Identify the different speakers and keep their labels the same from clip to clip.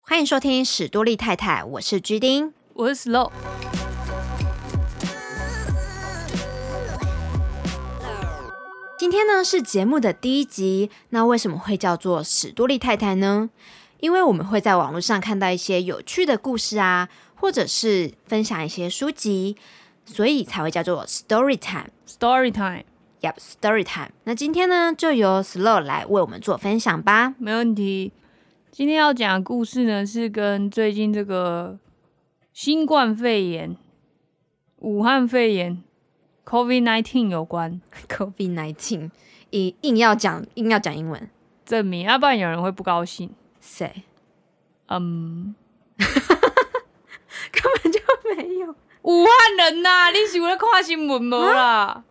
Speaker 1: 欢迎收听史多利太太，我是居丁。
Speaker 2: 我是 Slow。
Speaker 1: 今天呢是节目的第一集，那为什么会叫做史多利太太呢？因为我们会在网络上看到一些有趣的故事啊，或者是分享一些书籍，所以才会叫做 story time。
Speaker 2: Story time，
Speaker 1: Yep, story time。那今天呢，就由 Slow 来为我们做分享吧。
Speaker 2: 没问题。今天要讲的故事呢，是跟最近这个新冠肺炎、武汉肺炎 （COVID-19） 有关。
Speaker 1: COVID nineteen，硬硬要讲硬要讲英文，
Speaker 2: 证明，啊要不然有人会不高兴。
Speaker 1: 谁？
Speaker 2: 嗯，
Speaker 1: 根本就没有。
Speaker 2: 武汉人呐、你是有在看新闻无
Speaker 1: 啊
Speaker 2: 啦？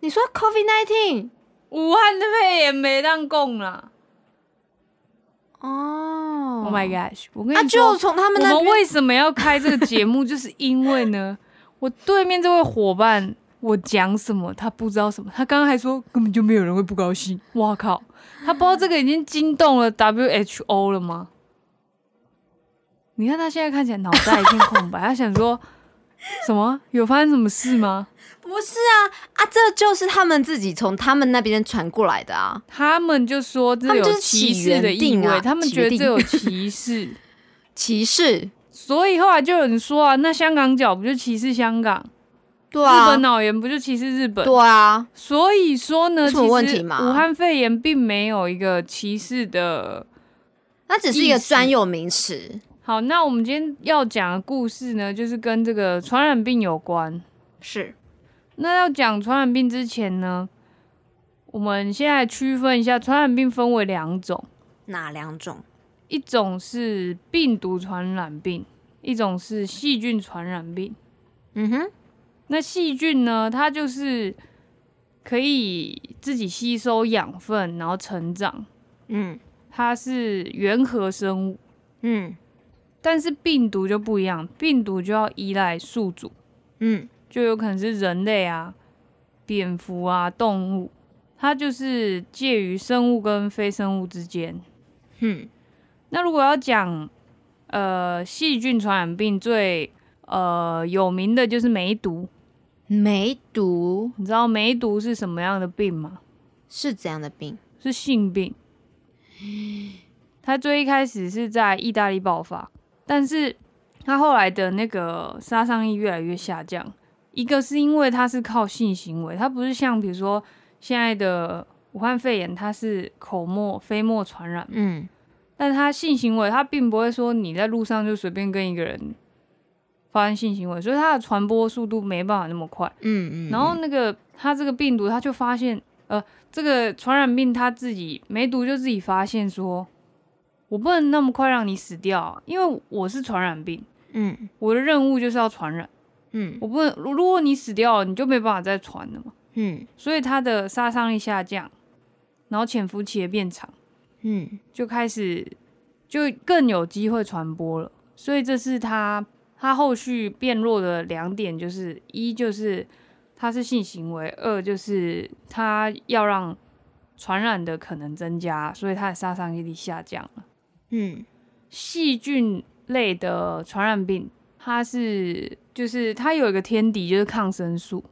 Speaker 1: 你说 COVID nineteen？
Speaker 2: 武汉的肺炎没当讲啦。
Speaker 1: 哦
Speaker 2: Oh my gosh！我跟
Speaker 1: 啊，
Speaker 2: 你说，
Speaker 1: 就从他们那
Speaker 2: 我们
Speaker 1: 边
Speaker 2: 为什么要开这个节目？就是因为 呢，我对面这位伙伴，我讲什么他不知道什么，他刚刚还说根本就没有人会不高兴。哇靠，他不知道这个已经惊动了 WHO 了吗？你看他现在看起来脑袋一片空白，他想说什么？有发生什么事吗？
Speaker 1: 不是啊啊，这就是他们自己从他们那边传过来的啊。
Speaker 2: 他们就说这
Speaker 1: 他们就
Speaker 2: 有
Speaker 1: 是起
Speaker 2: 歧视的
Speaker 1: 源
Speaker 2: 意
Speaker 1: 定啊
Speaker 2: 味，他们
Speaker 1: 起
Speaker 2: 觉得
Speaker 1: 定
Speaker 2: 这有歧视，
Speaker 1: 歧视，
Speaker 2: 所以后来就有人说啊，那香港脚不就歧视香港？
Speaker 1: 对
Speaker 2: 日
Speaker 1: 啊
Speaker 2: 本，脑炎不就歧视日本？
Speaker 1: 对啊，
Speaker 2: 所以说呢，
Speaker 1: 有
Speaker 2: 其
Speaker 1: 什么
Speaker 2: 实
Speaker 1: 问题吗
Speaker 2: 武汉肺炎并没有一个歧视的。
Speaker 1: 那只是一个
Speaker 2: 意思
Speaker 1: 专有名词。
Speaker 2: 好，那我们今天要讲的故事呢，就是跟这个传染病有关。
Speaker 1: 是，
Speaker 2: 那要讲传染病之前呢，我们先来区分一下，传染病分为两种，
Speaker 1: 哪两种？
Speaker 2: 一种是病毒传染病，一种是细菌传染病。
Speaker 1: 嗯哼，
Speaker 2: 那细菌呢，它就是可以自己吸收养分，然后成长，
Speaker 1: 嗯
Speaker 2: 它是原核生物。
Speaker 1: 嗯
Speaker 2: 但是病毒就不一样，病毒就要依赖宿主，
Speaker 1: 嗯，
Speaker 2: 就有可能是人类啊、蝙蝠啊、动物，它就是介于生物跟非生物之间。
Speaker 1: 嗯，
Speaker 2: 那如果要讲呃细菌传染病最呃有名的就是梅毒，
Speaker 1: 梅毒
Speaker 2: 你知道梅毒是什么样的病吗？
Speaker 1: 是怎样的病？
Speaker 2: 是性病。它最一开始是在意大利爆发，但是它后来的那个杀伤力越来越下降。一个是因为它是靠性行为，它不是像比如说现在的武汉肺炎，它是口沫、飞沫传染，
Speaker 1: 嗯，
Speaker 2: 但它性行为它并不会说你在路上就随便跟一个人发生性行为，所以它的传播速度没办法那么快。
Speaker 1: 嗯嗯，
Speaker 2: 然后那个他这个病毒，他就发现，呃，这个传染病他自己梅毒就自己发现说，我不能那么快让你死掉，啊因为我是传染病，
Speaker 1: 嗯
Speaker 2: 我的任务就是要传染，
Speaker 1: 嗯
Speaker 2: 我不能，如如果你死掉了，你就没办法再传了嘛，
Speaker 1: 嗯
Speaker 2: 所以它的杀伤力下降，然后潜伏期也变长，
Speaker 1: 嗯
Speaker 2: 就开始就更有机会传播了，所以这是它它后续变弱的两点，就是一就是它是性行为，二就是它要让传染的可能增加，所以它的杀伤力下降了。
Speaker 1: 嗯
Speaker 2: 细菌类的传染病，它是就是它有一个天敌就是抗生素，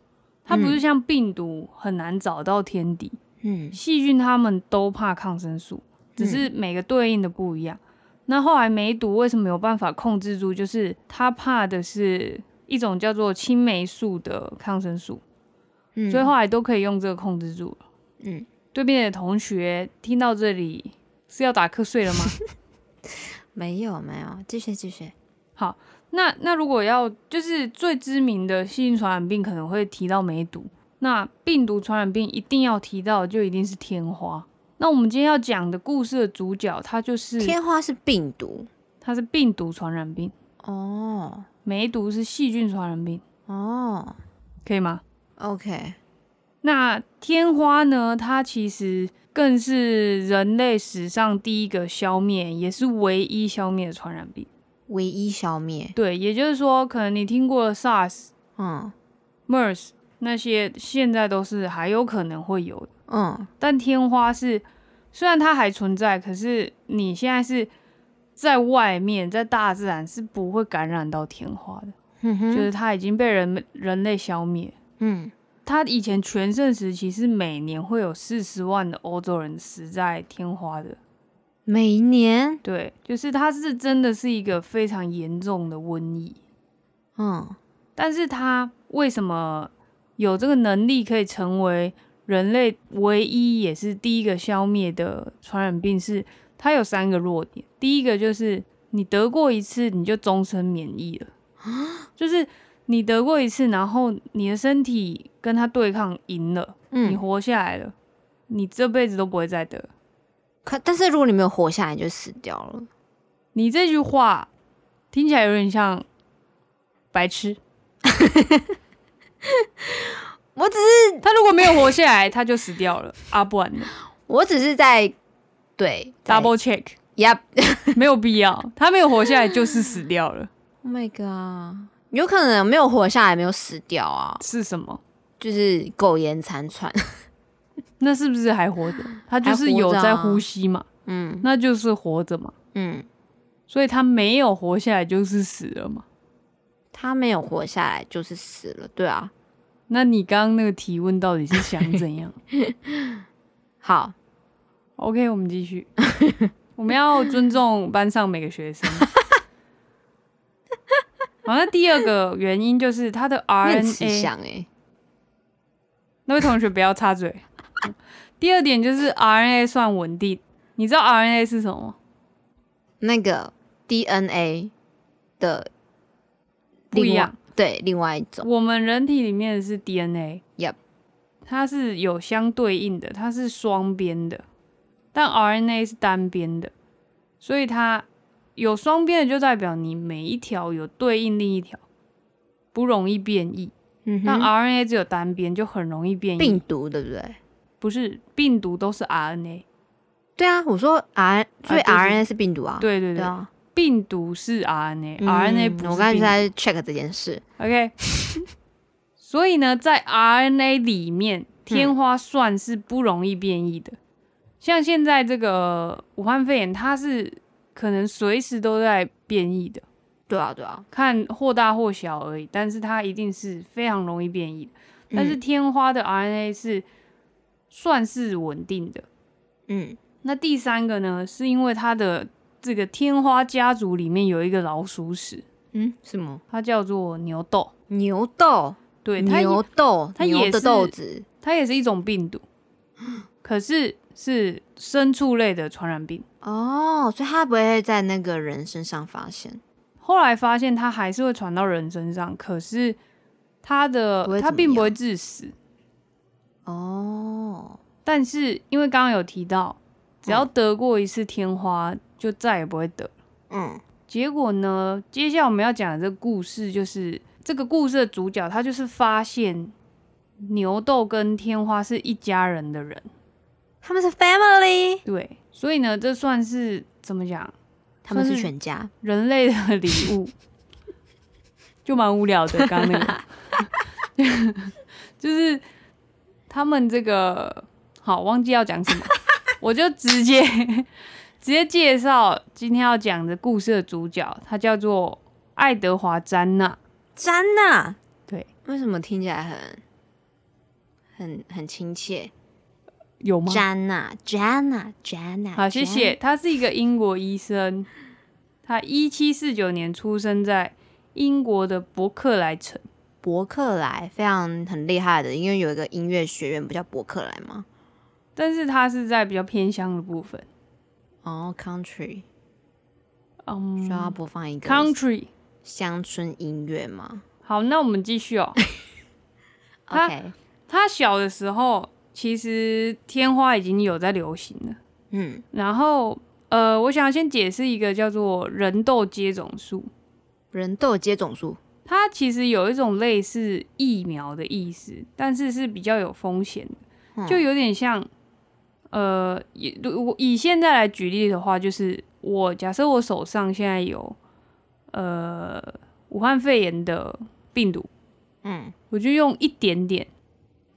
Speaker 2: 它不是
Speaker 1: 嗯
Speaker 2: 像病毒很难找到天敌，
Speaker 1: 嗯
Speaker 2: 细菌它们都怕抗生素，只是每个对应的不一样。那后来梅毒为什么有办法控制住？就是它怕的是一种叫做青霉素的抗生素，
Speaker 1: 嗯，
Speaker 2: 所以后来都可以用这个控制住了。
Speaker 1: 嗯，
Speaker 2: 对面的同学听到这里是要打瞌睡 了吗？
Speaker 1: 没有没有，继续继续，
Speaker 2: 那那如果要就是最知名的细菌传染病可能会提到梅毒，那病毒传染病一定要提到的就一定是天花。那我们今天要讲的故事的主角，他就是
Speaker 1: 天花是病毒
Speaker 2: 它是病毒传染病，
Speaker 1: 哦
Speaker 2: 梅毒是细菌传染病，
Speaker 1: 哦
Speaker 2: 可以吗？
Speaker 1: ，OK，
Speaker 2: 那天花呢？它其实更是人类史上第一个消灭，也是唯一消灭的传染病。
Speaker 1: 唯一消灭，
Speaker 2: 对，也就是说，可能你听过 SARS、
Speaker 1: 嗯
Speaker 2: MERS 那些，现在都是还有可能会有的。
Speaker 1: 嗯
Speaker 2: 但天花是虽然它还存在，可是你现在是在外面，在大自然是不会感染到天花的，
Speaker 1: 嗯哼，
Speaker 2: 就是它已经被人人类消灭。
Speaker 1: 嗯
Speaker 2: 它以前全盛时期是每年会有四十万的欧洲人死在天花的，
Speaker 1: 每年，
Speaker 2: 对，就是它是真的是一个非常严重的瘟疫。
Speaker 1: 嗯
Speaker 2: 但是它为什么有这个能力可以成为人类唯一也是第一个消灭的传染病是？它有三个弱点，第一个就是你得过一次你就终身免疫了，就是你得过一次，然后你的身体跟它对抗赢了，你
Speaker 1: 嗯，
Speaker 2: 活下来了，你这辈子都不会再得。
Speaker 1: 可但是如果你没有活下来，你就死掉了。
Speaker 2: 你这句话听起来有点像白痴。
Speaker 1: 我只
Speaker 2: 是他如果没有活下来，他就死掉了 啊，不然呢
Speaker 1: 我只是在对在
Speaker 2: double check
Speaker 1: Yep，
Speaker 2: 没有必要，他没有活下来就是死掉了，
Speaker 1: Oh my god！有可能没有活下来，没有死掉啊，
Speaker 2: 是什么？
Speaker 1: 就是苟延残喘。
Speaker 2: 那是不是还活着？他就是有在呼吸嘛，
Speaker 1: 嗯
Speaker 2: 那就是活着嘛。
Speaker 1: 嗯，
Speaker 2: 所以他没有活下来就是死了嘛。
Speaker 1: 他没有活下来就是死了，对啊。
Speaker 2: 那你刚刚那个提问到底是想怎样
Speaker 1: 好，
Speaker 2: ？OK，我们继续。 我们要尊重班上每个学生。 好，那第二个原因就是他的
Speaker 1: 你很慈
Speaker 2: RNA
Speaker 1: 祥哎、
Speaker 2: 那位同学不要插嘴。第二点就是 RNA 算稳定，你知道 RNA 是什么吗？
Speaker 1: 那个 DNA 的
Speaker 2: 不一
Speaker 1: 另外
Speaker 2: 样，
Speaker 1: 对，另外一种
Speaker 2: 我们人体里面的是 DNA。
Speaker 1: Yep
Speaker 2: 它是有相对应的，它是双边的，但 RNA 是单边的，所以它有双边的就代表你每一条有对应另一条，不容易变异。
Speaker 1: 嗯
Speaker 2: 但
Speaker 1: 哼
Speaker 2: RNA 只有单边，就很容易变异。
Speaker 1: 病毒，对不对？
Speaker 2: 不是病毒都是 RNA，
Speaker 1: 对啊，我说 R，所以
Speaker 2: 啊对对
Speaker 1: RNA 是病毒啊。
Speaker 2: 对对对，
Speaker 1: 啊
Speaker 2: 病毒是 RNA，RNA、
Speaker 1: 嗯
Speaker 2: RNA 不是
Speaker 1: 我刚才
Speaker 2: 病
Speaker 1: 就
Speaker 2: 毒
Speaker 1: 在 check 这件事。
Speaker 2: OK，所以呢，在 RNA 里面，天花算是不容易变异的。像现在这个武汉肺炎，它是可能随时都在变异的，
Speaker 1: 对啊，对啊，
Speaker 2: 看或大或小而已，但是它一定是非常容易变异的。但是
Speaker 1: 嗯
Speaker 2: 天花的 RNA 是算是稳定的。
Speaker 1: 嗯
Speaker 2: 那第三个呢，是因为它的这个天花家族里面有一个老鼠屎，
Speaker 1: 嗯，什么
Speaker 2: 它叫做牛痘，
Speaker 1: 牛痘？
Speaker 2: 对，它
Speaker 1: 牛痘，
Speaker 2: 它
Speaker 1: 牛
Speaker 2: 也
Speaker 1: 的
Speaker 2: 是
Speaker 1: 豆子。
Speaker 2: 它也是一种病毒，可是是牲畜类的传染病。
Speaker 1: 哦，所以它不会在那个人身上发现。
Speaker 2: 后来发现它还是会传到人身上，可是它
Speaker 1: 不会
Speaker 2: 的
Speaker 1: 怎么
Speaker 2: 它并不会致死，
Speaker 1: 哦，
Speaker 2: 但是因为刚刚有提到，只要得过一次天花，就再也不会得。
Speaker 1: 嗯
Speaker 2: 结果呢，接下来我们要讲的这个故事就是这个故事的主角，他就是发现牛痘跟天花是一家人的人。，
Speaker 1: 他们是 family，
Speaker 2: 对，所以呢，这算是怎么讲？
Speaker 1: 他们是
Speaker 2: 算是
Speaker 1: 全家。
Speaker 2: 人类的礼 物，就蛮无聊的。刚刚那个， 就是他们这个好忘记要讲 什么，我就直接 直接介绍今天要讲的故事的主角，他叫做爱德华·詹娜。
Speaker 1: 詹娜，
Speaker 2: 对，
Speaker 1: 为什么听起来很很很亲切？
Speaker 2: 有吗？
Speaker 1: 詹娜，詹娜，詹娜。
Speaker 2: 好，谢谢。。他是一个英国医生，他一七四九年出生在英国的伯克莱城。
Speaker 1: 伯克莱非常很厉害的，因为有一个音乐学院不叫伯克莱吗？
Speaker 2: 但是他是在比较偏乡的部分，
Speaker 1: 哦、c o u n t r y
Speaker 2: 嗯、
Speaker 1: 需要播放一
Speaker 2: c o u n
Speaker 1: 个
Speaker 2: t r y
Speaker 1: 乡村音乐吗
Speaker 2: 好，那我们继续哦。他
Speaker 1: ？OK，
Speaker 2: 他小的时候，其实天花已经有在流行了。
Speaker 1: 嗯
Speaker 2: 然后，呃，我想要先解释一个叫做人痘接种术，
Speaker 1: 人痘接种术，
Speaker 2: 它其实有一种类似疫苗的意思，但是是比较有风险的，就有点像，呃，以如果以现在来举例的话，就是我假设我手上现在有，呃，武汉肺炎的病毒，
Speaker 1: 嗯，
Speaker 2: 我就用一点点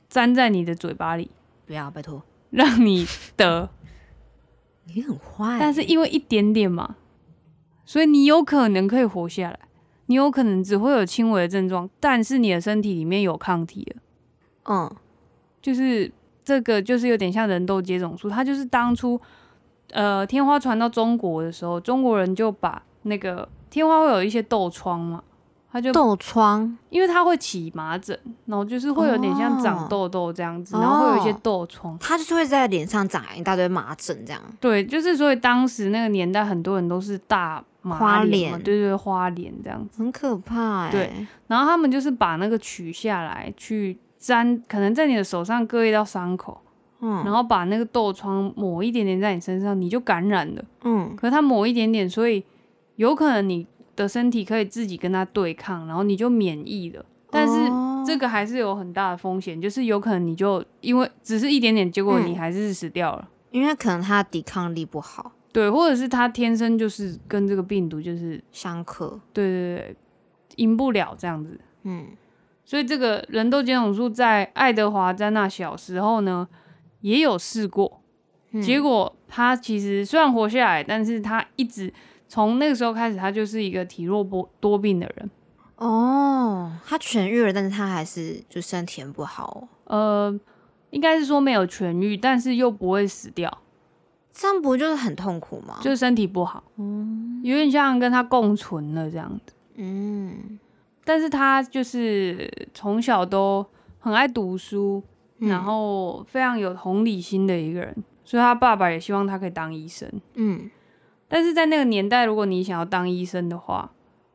Speaker 2: 粘在你的嘴巴里，
Speaker 1: 不要，拜托，
Speaker 2: 让你得。
Speaker 1: 你很坏欸、
Speaker 2: 但是因为一点点嘛，所以你有可能可以活下来，你有可能只会有轻微的症状，但是你的身体里面有抗体了，
Speaker 1: 嗯，
Speaker 2: 就是这个就是有点像人痘接种术，它就是当初呃天花传到中国的时候，中国人就把那个天花会有一些痘疮嘛，他就
Speaker 1: 痘疮，
Speaker 2: 因为它会起麻疹，然后就是会有点像长
Speaker 1: 哦
Speaker 2: 痘痘这样子，然后会有一些
Speaker 1: 哦
Speaker 2: 痘疮。
Speaker 1: 它就是会在脸上长一大堆麻疹这样。
Speaker 2: 对，就是所以当时那个年代，很多人都是大麻
Speaker 1: 花
Speaker 2: 脸嘛，
Speaker 1: 脸
Speaker 2: 对对，花脸这样子。
Speaker 1: 很可怕哎、
Speaker 2: 对，然后他们就是把那个取下来，去粘，可能在你的手上割一道伤口，然
Speaker 1: 嗯
Speaker 2: 后把那个痘疮抹一点点在你身上，你就感染了。
Speaker 1: 嗯，
Speaker 2: 可是它抹一点点，所以有可能你的身体可以自己跟它对抗，然后你就免疫了。但是
Speaker 1: 哦
Speaker 2: 这个还是有很大的风险，就是有可能你就因为只是一点点，结果
Speaker 1: 嗯
Speaker 2: 你还是死掉了。
Speaker 1: 因为可能它抵抗力不好，
Speaker 2: 对，或者是他天生就是跟这个病毒就是
Speaker 1: 相克。
Speaker 2: 对对对，赢不了这样子。
Speaker 1: 嗯，
Speaker 2: 所以这个人痘接种术在爱德华詹娜小时候呢也有试过，
Speaker 1: 嗯
Speaker 2: 结果他其实虽然活下来，但是他一直从那个时候开始，他就是一个体弱多多病的人。
Speaker 1: 哦，他痊愈了，但是他还是就身体很不好、哦，
Speaker 2: 呃，应该是说没有痊愈，但是又不会死掉，
Speaker 1: 这样不就是很痛苦吗？
Speaker 2: 就是身体不好，
Speaker 1: 嗯
Speaker 2: 有点像跟他共存了这样子。
Speaker 1: 嗯，
Speaker 2: 但是他就是从小都很爱读书，
Speaker 1: 嗯
Speaker 2: 然后非常有同理心的一个人，所以他爸爸也希望他可以当医生。
Speaker 1: 嗯
Speaker 2: 但是在那个年代，如果你想要当医生的话，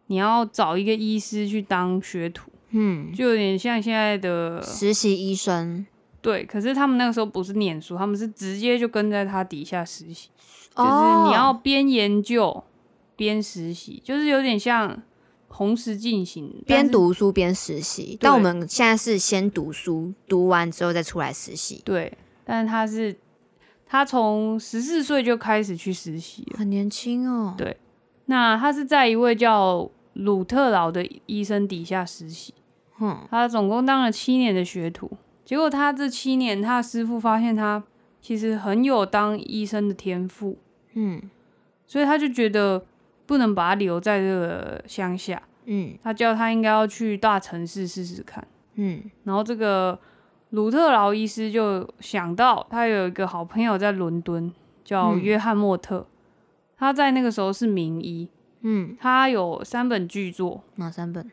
Speaker 2: 你要找一个医师去当学徒，
Speaker 1: 嗯，
Speaker 2: 就有点像现在的
Speaker 1: 实习医生
Speaker 2: 对。可是他们那个时候不是念书，他们是直接就跟在他底下实习，就
Speaker 1: 就是哦
Speaker 2: 你要边研究边实习，就是有点像同时进行，但
Speaker 1: 边
Speaker 2: 是
Speaker 1: 读书边实习，但我们现在是先读书，读完之后再出来实习，
Speaker 2: 对，但是他是他从十四岁就开始去实习了。
Speaker 1: 很年轻哦。
Speaker 2: 对那他是在一位叫鲁特劳的医生底下实习，
Speaker 1: 嗯，
Speaker 2: 他总共当了七年的学徒。结果他这七年，他的师傅发现他其实很有当医生的天赋，
Speaker 1: 嗯
Speaker 2: 所以他就觉得不能把他留在这个乡下，
Speaker 1: 嗯
Speaker 2: 他叫他应该要去大城市试试看。
Speaker 1: 嗯
Speaker 2: 然后这个鲁特劳医师就想到，他有一个好朋友在伦敦叫
Speaker 1: 嗯
Speaker 2: 约翰莫特，他在那个时候是名医，
Speaker 1: 嗯，
Speaker 2: 他有三本巨作。
Speaker 1: 哪三本？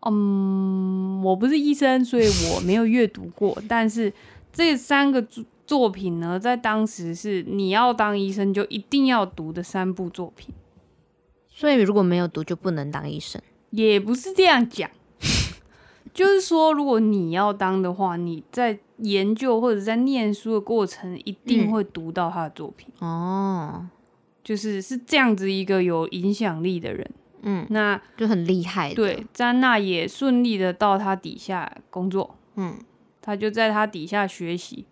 Speaker 2: 嗯，我不是医生，所以我没有阅读过，但是这三个作作品呢，在当时是你要当医生就一定要读的三部作品，
Speaker 1: 所以如果没有读就不能当医生。
Speaker 2: 也不是这样讲。 就是说，如果你要当的话，你在研究或者在念书的过程，一定
Speaker 1: 嗯
Speaker 2: 会读到他的作品，
Speaker 1: 哦，
Speaker 2: 就是是这样子一个有影响力的人。
Speaker 1: 嗯，
Speaker 2: 那
Speaker 1: 就很厉害的。
Speaker 2: 对，詹娜也顺利的到他底下工作，
Speaker 1: 嗯
Speaker 2: 他就在他底下学习。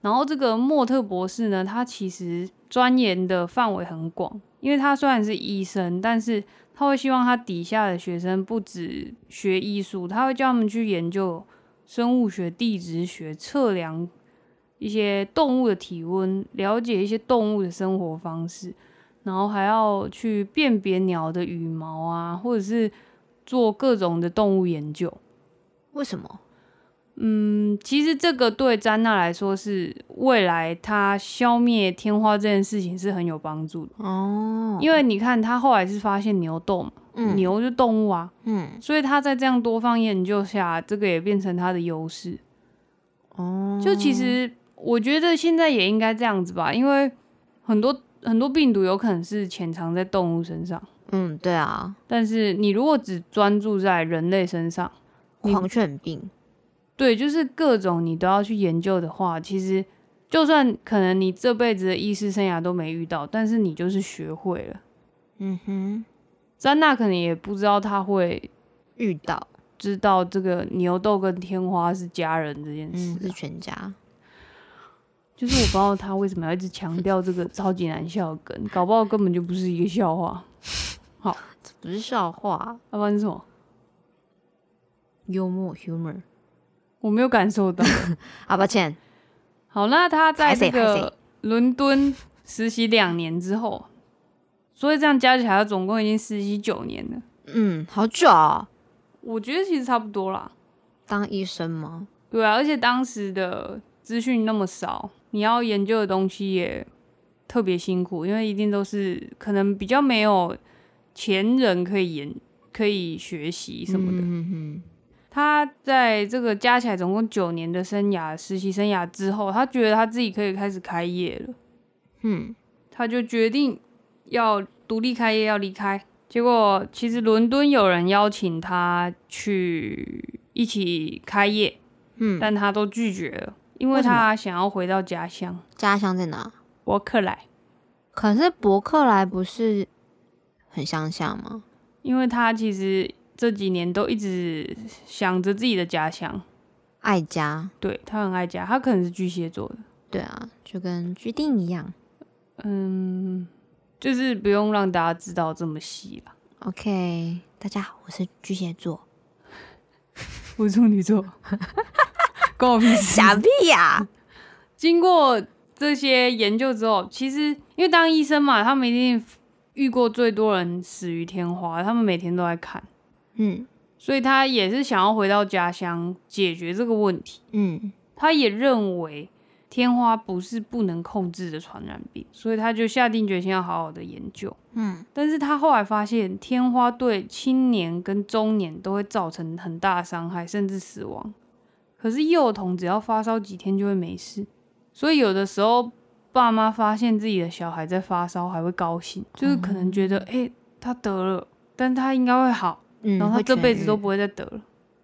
Speaker 2: 然后这个莫特博士呢，他其实钻研的范围很广，因为他虽然是医生，但是他会希望他底下的学生不止学医术，他会叫他们去研究生物学、地质学，测量一些动物的体温，了解一些动物的生活方式，然后还要去辨别鸟的羽毛啊，或者是做各种的动物研究。
Speaker 1: 为什么？
Speaker 2: 嗯，其实这个对詹娜来说是未来她消灭天花这件事情是很有帮助的，
Speaker 1: 哦，
Speaker 2: 因为你看她后来是发现牛痘嘛，
Speaker 1: 嗯
Speaker 2: 牛就动物啊，
Speaker 1: 嗯
Speaker 2: 所以她在这样多方研究下，这个也变成她的优势。
Speaker 1: 哦，
Speaker 2: 就其实我觉得现在也应该这样子吧，因为很多很多病毒有可能是潜藏在动物身上，
Speaker 1: 嗯对啊，
Speaker 2: 但是你如果只专注在人类身上，你
Speaker 1: 狂犬病。
Speaker 2: 对，就是各种你都要去研究的话，其实就算可能你这辈子的医师生涯都没遇到，但是你就是学会了。
Speaker 1: 嗯哼，
Speaker 2: 詹娜可能也不知道他会
Speaker 1: 遇到
Speaker 2: 知道这个牛痘跟天花是家人这件事
Speaker 1: 嗯
Speaker 2: 啊、
Speaker 1: 是全家。
Speaker 2: 就是我不知道他为什么要一直强调这个超级难笑的梗，搞不好根本就不是一个笑话，
Speaker 1: 不是笑话，
Speaker 2: 要不然是什么？
Speaker 1: 幽默 humor
Speaker 2: 我没有感受到。
Speaker 1: 啊，抱歉，
Speaker 2: 好，那他在
Speaker 1: 还是
Speaker 2: 这
Speaker 1: 还是
Speaker 2: 个伦敦实习两年之后，所以这样加起来，总共已经实习九年了。
Speaker 1: 嗯，好久、哦、
Speaker 2: 我觉得其实差不多啦。
Speaker 1: 当医生吗？
Speaker 2: 对啊，而且当时的资讯那么少，你要研究的东西也特别辛苦，因为一定都是可能比较没有前人可以研、可以学习什么的。
Speaker 1: 嗯嗯
Speaker 2: 他在这个加起来总共九年的生涯实习生涯之后，他觉得他自己可以开始开业了，
Speaker 1: 嗯，
Speaker 2: 他就决定要独立开业，要离开。结果其实伦敦有人邀请他去一起开业，
Speaker 1: 嗯
Speaker 2: 但他都拒绝了，因为
Speaker 1: 为什么
Speaker 2: 他想要回到家乡
Speaker 1: 家乡在哪？
Speaker 2: 伯克莱，
Speaker 1: 可是伯克莱不是很乡下吗？
Speaker 2: 因为他其实这几年都一直想着自己的家乡，
Speaker 1: 爱家，
Speaker 2: 对他很爱家，他可能是巨蟹座的，
Speaker 1: 对啊，就跟居定一样。
Speaker 2: 嗯，就是不用让大家知道这么细啦。
Speaker 1: OK，大家好，我是巨蟹座。
Speaker 2: 我是处女座， 关我屁事。
Speaker 1: 傻逼呀、
Speaker 2: 经过这些研究之后，其实因为当医生嘛，他们一定遇过最多人死于天花，他们每天都在看，
Speaker 1: 嗯
Speaker 2: 所以他也是想要回到家乡解决这个问题。
Speaker 1: 嗯
Speaker 2: 他也认为天花不是不能控制的传染病，所以他就下定决心要好好的研究。
Speaker 1: 嗯，
Speaker 2: 但是他后来发现，天花对青年跟中年都会造成很大的伤害，甚至死亡。可是幼童只要发烧几天就会没事，所以有的时候爸妈发现自己的小孩在发烧，还会高兴，就是可能觉得，诶，他得了，但他应该会好，
Speaker 1: 哦嗯，
Speaker 2: 然后他
Speaker 1: 会
Speaker 2: 这
Speaker 1: 痊
Speaker 2: 辈子都
Speaker 1: 愈
Speaker 2: 不会再得了，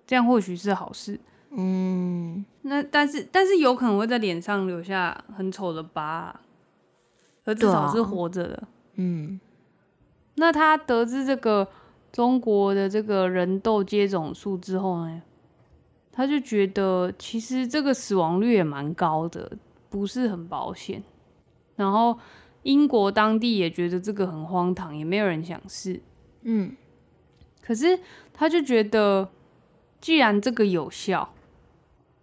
Speaker 2: 这样或许是好事。
Speaker 1: 嗯
Speaker 2: 那但是但是有可能会在脸上留下很丑的疤啊，而至
Speaker 1: 对
Speaker 2: 少
Speaker 1: 啊
Speaker 2: 是活着的。
Speaker 1: 嗯
Speaker 2: 那他得知这个中国的这个人痘接种术之后呢，他就觉得其实这个死亡率也蛮高的，不是很保险。然后英国当地也觉得这个很荒唐，也没有人想试。
Speaker 1: 嗯
Speaker 2: 可是他就觉得，既然这个有效，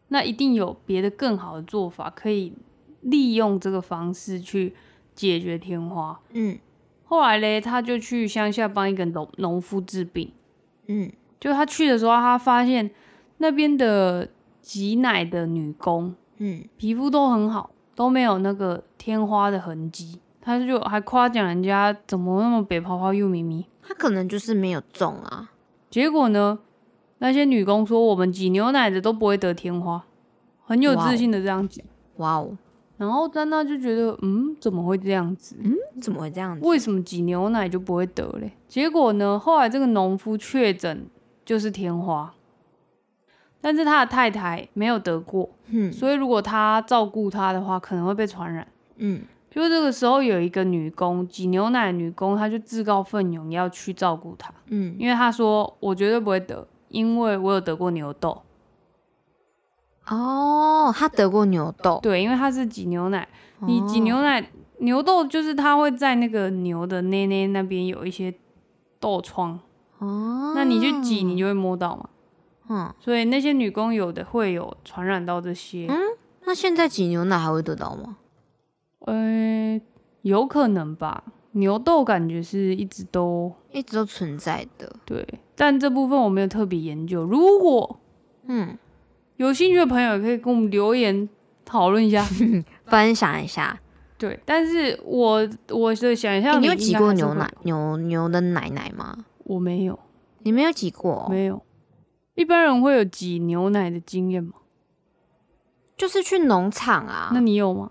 Speaker 2: 那一定有别的更好的做法，可以利用这个方式去解决天花。
Speaker 1: 嗯
Speaker 2: 后来嘞，他就去乡下帮一个农农夫治病。
Speaker 1: 嗯
Speaker 2: 就他去的时候，他发现那边的挤奶的女工
Speaker 1: 嗯，
Speaker 2: 皮肤都很好，都没有那个天花的痕迹。他就还夸奖人家怎么那么北泡泡又咪咪。
Speaker 1: 他可能就是没有中啊。
Speaker 2: 结果呢，那些女工说我们挤牛奶的都不会得天花，很有自信的这样讲。
Speaker 1: 哇哦，
Speaker 2: 然后丹娜就觉得，嗯，怎么会这样子？
Speaker 1: 嗯怎么会这样子？
Speaker 2: 为什么挤牛奶就不会得嘞？结果呢，后来这个农夫确诊就是天花，但是他的太太没有得过，
Speaker 1: 嗯
Speaker 2: 所以如果他照顾他的话，可能会被传染。
Speaker 1: 嗯
Speaker 2: 就这个时候，有一个女工挤牛奶的女工，她就自告奋勇要去照顾他，
Speaker 1: 嗯
Speaker 2: 因为她说：“我绝对不会得，因为我有得过牛痘。
Speaker 1: 哦，他得过牛”痘。
Speaker 2: 对，因为她是挤牛奶，你挤牛
Speaker 1: 哦
Speaker 2: 奶，牛痘就是它会在那个牛的内内那边有一些痘疮，
Speaker 1: 哦，
Speaker 2: 那你去挤，你就会摸到嘛。
Speaker 1: 嗯。
Speaker 2: 所以那些女工有的会有传染到这些，
Speaker 1: 嗯那现在挤牛奶还会得到吗？
Speaker 2: 嗯、有可能吧。牛痘感觉是一直都
Speaker 1: 一直都存在的。
Speaker 2: 对，但这部分我没有特别研究。如果
Speaker 1: 嗯，
Speaker 2: 有兴趣的朋友，也可以跟我们留言讨论一下。
Speaker 1: 分享一下。
Speaker 2: 对，但是我我的想
Speaker 1: 欸
Speaker 2: 象、
Speaker 1: 你
Speaker 2: 里
Speaker 1: 有
Speaker 2: 应
Speaker 1: 挤
Speaker 2: 该
Speaker 1: 过
Speaker 2: 还是
Speaker 1: 牛
Speaker 2: 会
Speaker 1: 奶牛
Speaker 2: 有？
Speaker 1: 牛的奶奶吗？
Speaker 2: 我没有，
Speaker 1: 你没有挤过哦、
Speaker 2: 没有。一般人会有挤牛奶的经验吗？
Speaker 1: 就是去农场啊
Speaker 2: 那，你有吗？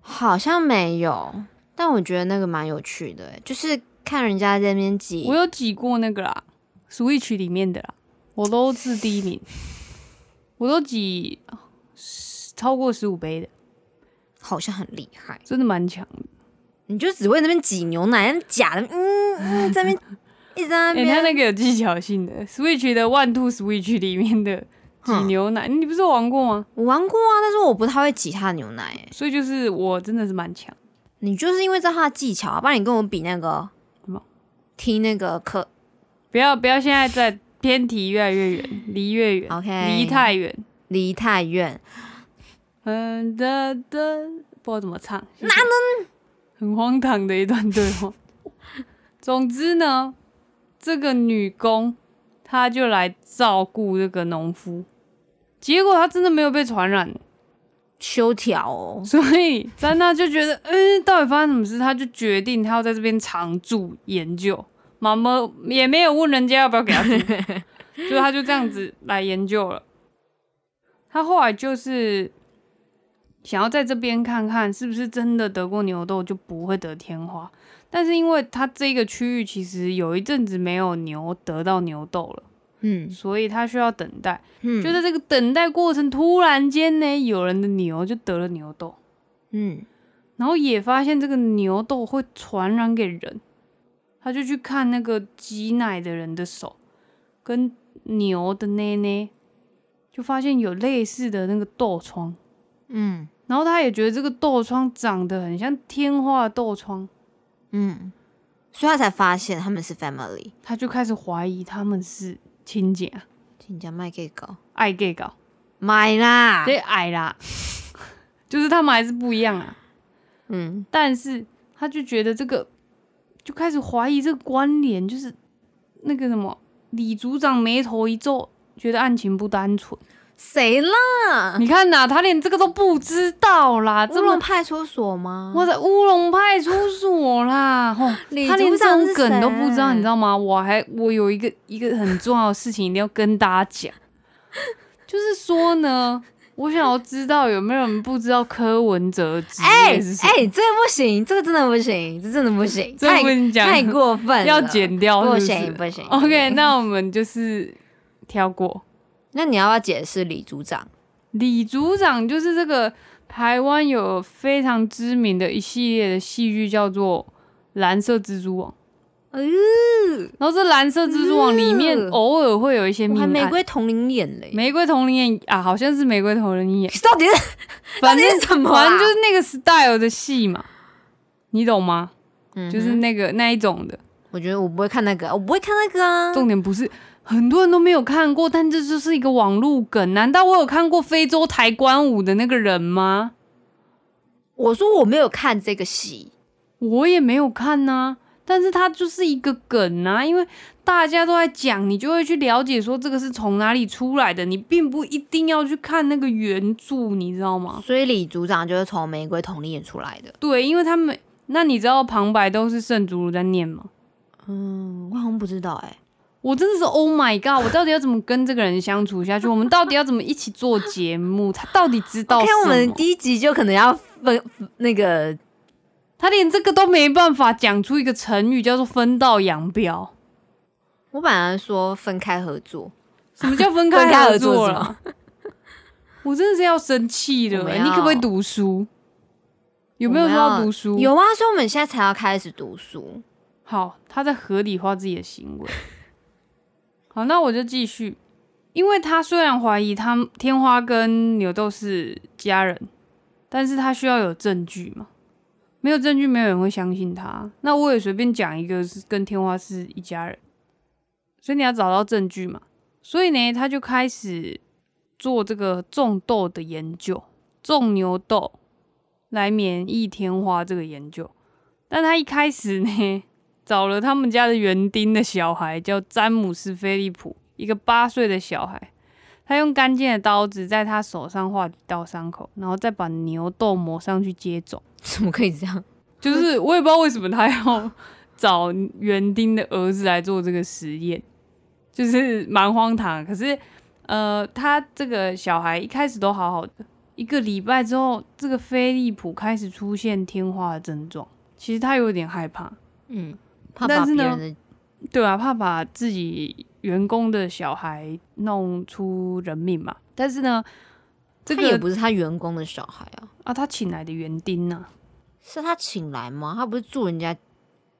Speaker 1: 好像没有，但我觉得那个蛮有趣的欸、就是看人家在那边挤
Speaker 2: 我。有挤过那个啦，Switch 里面的啦，我都是第 一名，我都挤十超过十五杯的，
Speaker 1: 好像很厉害，
Speaker 2: 真的蛮强的。
Speaker 1: 你就只会那边挤牛奶，那假的，嗯嗯，在那边 一直在那
Speaker 2: 哎、他
Speaker 1: 边，
Speaker 2: 那个有技巧性的，Switch 的 One Two Switch 里面 的挤
Speaker 1: 哼
Speaker 2: 牛奶，你不是有玩过吗？
Speaker 1: 我玩过啊，但是我不太会挤他的牛奶、欸。
Speaker 2: 所以就是我真的是蛮强，
Speaker 1: 你就是因为知道他的技巧、啊，不然你跟我比那个
Speaker 2: 什么，
Speaker 1: 听那个课
Speaker 2: 不要不要现在在偏题越来越远，离越远，
Speaker 1: 哦，OK，
Speaker 2: 离太远。
Speaker 1: 离太远，
Speaker 2: 嗯的的，不知道怎么唱，哪能？很荒唐的一段对话。总之呢，这个女工她就来照顾这个农夫，结果她真的没有被传染，
Speaker 1: 修条哦，
Speaker 2: 所以詹娜就觉得，嗯，到底发生什么事？她就决定她要在这边常住研究。妈妈也没有问人家要不要给她住，所以她就这样子来研究了。她后来就是想要在这边看看，是不是真的得过牛痘就不会得天花。但是因为她这个区域其实有一阵子没有牛得到牛痘了，
Speaker 1: 嗯
Speaker 2: 所以她需要等待。
Speaker 1: 嗯，
Speaker 2: 就在这个等待过程，突然间呢，有人的牛就得了牛痘，
Speaker 1: 嗯
Speaker 2: 然后也发现这个牛痘会传染给人，他就去看那个挤奶的人的手跟牛的奶奶，就发现有类似的那个痘疮，
Speaker 1: 嗯
Speaker 2: 然后他也觉得这个痘疮长得很像天花痘疮，
Speaker 1: 嗯，所以他才发现他们是 family，
Speaker 2: 他就开始怀疑他们是亲姐啊
Speaker 1: 请讲卖给狗
Speaker 2: 爱 gay 搞。
Speaker 1: 买啦，
Speaker 2: 这矮啦， 就是他们还是不一样啊。
Speaker 1: 嗯
Speaker 2: 但是他就觉得这个，就开始怀疑这个关联，就是那个什么李组长眉头一皱，觉得案情不单纯。
Speaker 1: 谁啦？
Speaker 2: 你看呐、他连这个都不知道啦，
Speaker 1: 啊乌
Speaker 2: 这
Speaker 1: 龙
Speaker 2: 么
Speaker 1: 派出所吗？
Speaker 2: 我在乌龙派出 所啦，吼，
Speaker 1: 李
Speaker 2: 他连
Speaker 1: 组
Speaker 2: 这
Speaker 1: 长
Speaker 2: 种
Speaker 1: 是
Speaker 2: 梗都不知道，
Speaker 1: 谁
Speaker 2: 你知道吗？我还我有一个一个很重要的事情一定要跟大家讲， 就是说呢，我想要知道有没有人不知道柯文哲职
Speaker 1: 哎
Speaker 2: 业是什
Speaker 1: 哎
Speaker 2: 么？、
Speaker 1: 这个不行，这个真的不行，这真的不行，
Speaker 2: 这
Speaker 1: 太
Speaker 2: 我跟你讲，
Speaker 1: 太过分了，
Speaker 2: 要剪掉
Speaker 1: 不
Speaker 2: 是
Speaker 1: 行
Speaker 2: 不
Speaker 1: 不
Speaker 2: 是
Speaker 1: 行。
Speaker 2: OK，那我们就是跳过。
Speaker 1: 那你要不要解释李组长？
Speaker 2: 李组长就是这个台湾有非常知名的一系列的戏剧叫做《蓝色蜘蛛网》，
Speaker 1: 嗯、
Speaker 2: 然后这《蓝色蜘蛛网》里面
Speaker 1: 嗯
Speaker 2: 偶尔会有一些
Speaker 1: 我
Speaker 2: 命
Speaker 1: 还
Speaker 2: 案。
Speaker 1: 玫瑰同龄眼嘞，
Speaker 2: 玫瑰同龄眼啊，好像是玫瑰同龄眼，
Speaker 1: 到底是
Speaker 2: 反 正
Speaker 1: 到底是什么啊
Speaker 2: 反正就是那个 style 的戏嘛，你懂吗？就是
Speaker 1: 嗯哼
Speaker 2: 那个那一种的。
Speaker 1: 我觉得我不会看那个，我不会看那个啊。
Speaker 2: 重点不是很多人都没有看过，但这就是一个网路梗。难道我有看过非洲抬棺舞的那个人吗？
Speaker 1: 我说我没有看这个戏，
Speaker 2: 我也没有看呐、但是它就是一个梗啊，因为大家都在讲，你就会去了解说这个是从哪里出来的，你并不一定要去看那个原著，你知道吗？
Speaker 1: 所以李组长就是从玫瑰同龄眼出来的。
Speaker 2: 对，因为他们，那你知道旁白都是圣祖鲁在念吗？
Speaker 1: 嗯，我好像不知道哎、
Speaker 2: 我真的是 Oh my God！我到底要怎么跟这个人相处下去？我们到底要怎么一起做节目？他到底知道什
Speaker 1: OK，
Speaker 2: 么？
Speaker 1: 我们第一集就可能要分那个，
Speaker 2: 他连这个都没办法讲出一个成语，叫做分道扬镳。
Speaker 1: 我本来说分开合作，
Speaker 2: 什么叫
Speaker 1: 分
Speaker 2: 分开
Speaker 1: 开
Speaker 2: 合
Speaker 1: 合作
Speaker 2: 作
Speaker 1: 是
Speaker 2: 了
Speaker 1: 吗？
Speaker 2: 我真的是要生气了
Speaker 1: 我、们
Speaker 2: 欸
Speaker 1: 要
Speaker 2: 你可不可以读书？有没有
Speaker 1: 我
Speaker 2: 说
Speaker 1: 们
Speaker 2: 要读书？
Speaker 1: 有啊，所以我们现在才要开始读书。
Speaker 2: 好，他在合理化自己的行为。 好，那我就继续，因为他虽然怀疑他天花跟牛豆是家人，但是他需要有证据嘛，没有证据，没有人会相信他。那我也随便讲一个是跟天花是一家人，所以你要找到证据嘛。所以呢，他就开始做这个种豆的研究，种牛痘来免疫天花这个研究。但他一开始呢，找了他们家的园丁的小孩，叫詹姆斯·菲利普，一个八岁的小孩。他用干净的刀子在他手上划几道伤口，然后再把牛痘抹上去接种。
Speaker 1: 怎么可以这样？
Speaker 2: 就是我也不知道为什么他要找园丁的儿子来做这个实验，就是蛮荒唐。可是，呃，他这个小孩一开始都好好的，一个礼拜之后，这个菲利普开始出现天花的症状，其实他有点害怕，
Speaker 1: 嗯，怕
Speaker 2: 但
Speaker 1: 把
Speaker 2: 是
Speaker 1: 别
Speaker 2: 呢
Speaker 1: 人的
Speaker 2: 对啊，怕把自己员工的小孩弄出人命嘛。但是呢，这
Speaker 1: 他也
Speaker 2: 个
Speaker 1: 不是他员工的小孩啊，
Speaker 2: 啊，他请来的园丁呢、
Speaker 1: 是他请来吗？他不是住人家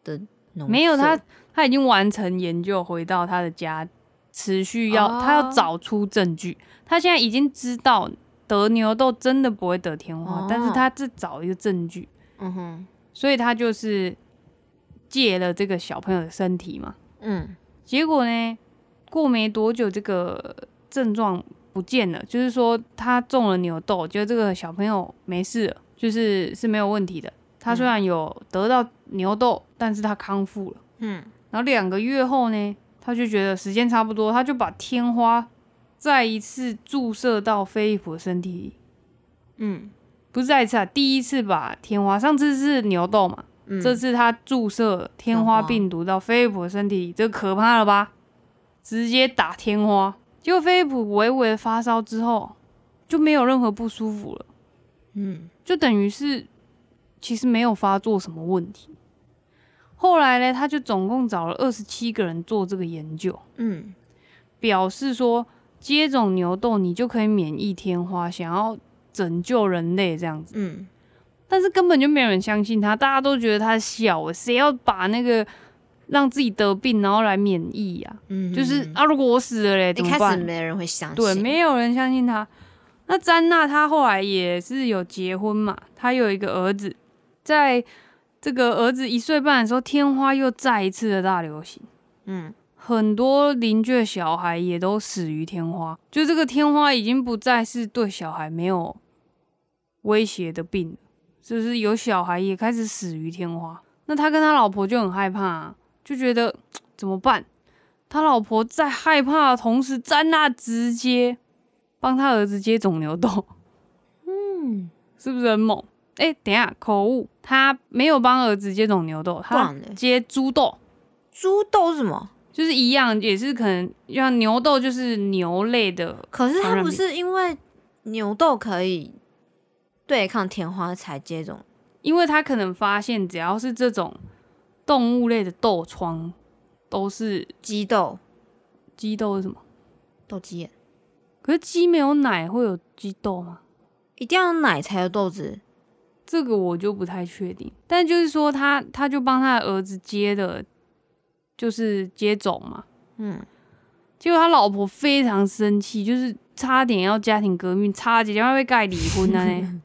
Speaker 1: 的农舍？
Speaker 2: 没有，他他已经完成研究，回到他的家，持续要、他要
Speaker 1: 哦
Speaker 2: 找出证据。他现在已经知道得牛痘真的不会得天花，但是
Speaker 1: 哦
Speaker 2: 他在找一个证据，
Speaker 1: 嗯哼，
Speaker 2: 所以他就是借了这个小朋友的身体嘛。
Speaker 1: 嗯
Speaker 2: 结果呢，过没多久，这个症状不见了，就是说他中了牛痘，就这个小朋友没事了，就是是没有问题的。他虽然有得到牛痘，但是他康复了。
Speaker 1: 嗯，
Speaker 2: 然后两个月后呢，他就觉得时间差不多，他就把天花再一次注射到菲利普的身体里。
Speaker 1: 嗯
Speaker 2: 不是再一次啊，第一次把天花，上次是牛痘嘛，
Speaker 1: 嗯，
Speaker 2: 这次他注射天花病毒到菲利普的身体里，这可怕了吧？直接打天花，结果菲利普微微的发烧之后就没有任何不舒服了，
Speaker 1: 嗯
Speaker 2: 就等于是其实没有发作什么问题。后来呢，他就总共找了二十七个人做这个研究，
Speaker 1: 嗯
Speaker 2: 表示说接种牛痘你就可以免疫天花，想要拯救人类这样子。
Speaker 1: 嗯
Speaker 2: 但是根本就没有人相信他，大家都觉得他小，谁要把那个让自己得病然后来免疫啊？
Speaker 1: 嗯，
Speaker 2: 就是
Speaker 1: 嗯
Speaker 2: 啊，如果我死了嘞，
Speaker 1: 一
Speaker 2: 怎么
Speaker 1: 开始
Speaker 2: 办？
Speaker 1: 没人会相信，
Speaker 2: 对，没有人相信他。那詹娜她后来也是有结婚嘛，她有一个儿子，在这个儿子一岁半的时候，天花又再一次的大流行。
Speaker 1: 嗯
Speaker 2: 很多邻居的小孩也都死于天花，就这个天花已经不再是对小孩没有威胁的病了，就是有小孩也开始死于天花。那他跟他老婆就很害怕啊、就觉得怎么办？他老婆在害怕的同时，詹娜直接帮他儿子接种牛痘，
Speaker 1: 嗯，
Speaker 2: 是不是很猛？哎、等一下，口误，他没有帮儿子接种牛痘，他
Speaker 1: 忘了
Speaker 2: 接猪痘。
Speaker 1: 猪痘是什么？
Speaker 2: 就是一样，也是可能像牛痘就是牛类的，
Speaker 1: 可是
Speaker 2: 传
Speaker 1: 它
Speaker 2: 染
Speaker 1: 不
Speaker 2: 病
Speaker 1: 是因为牛痘可以对抗天花才接种，
Speaker 2: 因为它可能发现只要是这种动物类的痘疮，都是
Speaker 1: 鸡痘、
Speaker 2: 鸡痘是什么？
Speaker 1: 痘鸡眼，
Speaker 2: 可是鸡没有奶会有鸡痘吗？
Speaker 1: 一定要奶才有痘子。
Speaker 2: 这个我就不太确定。但就是说他他就帮他的儿子接的，就是接种嘛。
Speaker 1: 嗯
Speaker 2: 结果他老婆非常生气，就是差点要家庭革命，差点要被盖离婚了呢。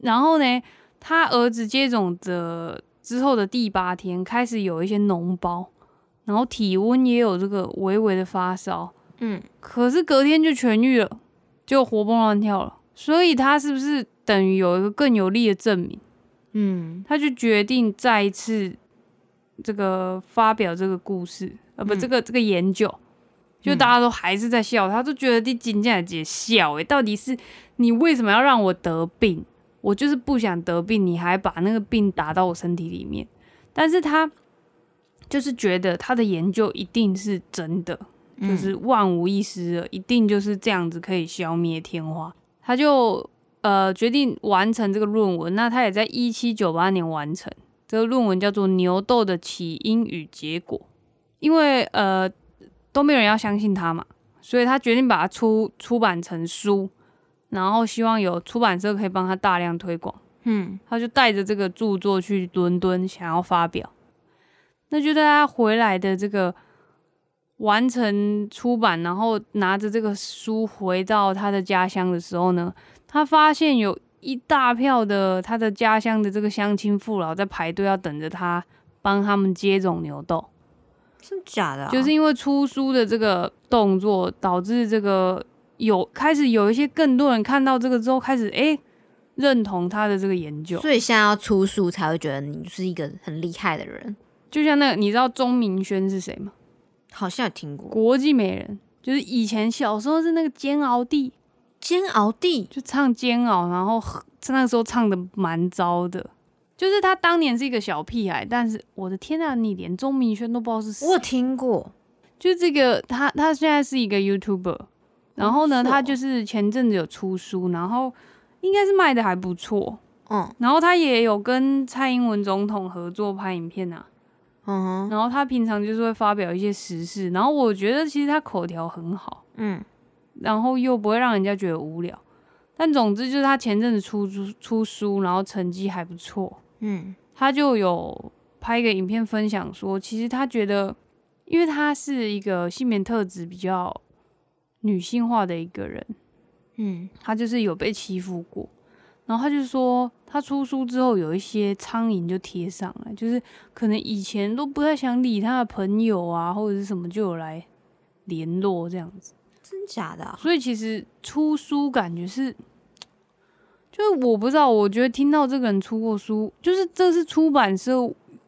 Speaker 2: 然后呢，他儿子接种的之后的第八天开始有一些脓包，然后体温也有这个微微的发烧，
Speaker 1: 嗯，
Speaker 2: 可是隔天就痊愈了，就活蹦乱跳了。所以他是不是等于有一个更有力的证明？
Speaker 1: 嗯
Speaker 2: 他就决定再一次这个发表这个故事，呃，不，
Speaker 1: 嗯
Speaker 2: 这个这个研究，就
Speaker 1: 嗯
Speaker 2: 大家都还是在笑，他都觉得你金姐姐笑，欸诶，到底是你为什么要让我得病？我就是不想得病，你还把那个病打到我身体里面。但是他就是觉得他的研究一定是真的，
Speaker 1: 嗯，
Speaker 2: 就是万无一失了，一定就是这样子可以消灭天花。他就呃决定完成这个论文，那他也在一七九八年完成这个论文，叫做《牛痘的起因与结果》，因为呃都没有人要相信他嘛，所以他决定把它出出版成书，然后希望有出版社可以帮他大量推广。
Speaker 1: 嗯
Speaker 2: 他就带着这个著作去伦敦，想要发表。那就在他回来的这个完成出版，然后拿着这个书回到他的家乡的时候呢，他发现有一大票的他的家乡的这个乡亲父老在排队要等着他帮他们接种牛痘，
Speaker 1: 真的假的啊、
Speaker 2: 就是因为出书的这个动作导致这个有开始有一些更多人看到这个之后开始诶认同他的这个研究，
Speaker 1: 所以现在要出书才会觉得你是一个很厉害的人，
Speaker 2: 就像那个，你知道钟明轩是谁吗？
Speaker 1: 好像有听过
Speaker 2: 国际美人，就是以前小时候是那个煎熬弟，
Speaker 1: 煎熬地，
Speaker 2: 就唱煎熬，然后很那时候唱的蛮糟的。就是他当年是一个小屁孩，但是我的天啊，你连钟明轩都不知道是谁
Speaker 1: 我。有听过，
Speaker 2: 就这个，他他现在是一个 YouTuber，然后呢，
Speaker 1: 是哦
Speaker 2: 他就是前阵子有出书，然后应该是卖的还不错，
Speaker 1: 嗯
Speaker 2: 然后他也有跟蔡英文总统合作拍影片啊。
Speaker 1: 嗯哼
Speaker 2: 然后他平常就是会发表一些时事，然后我觉得其实他口条很好，
Speaker 1: 嗯
Speaker 2: 然后又不会让人家觉得无聊。但总之就是他前阵子出书出书，然后成绩还不错，
Speaker 1: 嗯
Speaker 2: 他就有拍一个影片分享说，其实他觉得，因为他是一个性别特质比较女性化的一个人，
Speaker 1: 嗯
Speaker 2: 他就是有被欺负过，然后他就说，他出书之后有一些苍蝇就贴上来，就是可能以前都不太想理他的朋友啊，或者是什么就有来联络这样子。
Speaker 1: 真假 的啊、
Speaker 2: 所以其实出书感觉是，就是我不知道，我觉得听到这个人出过书，就是这是出版社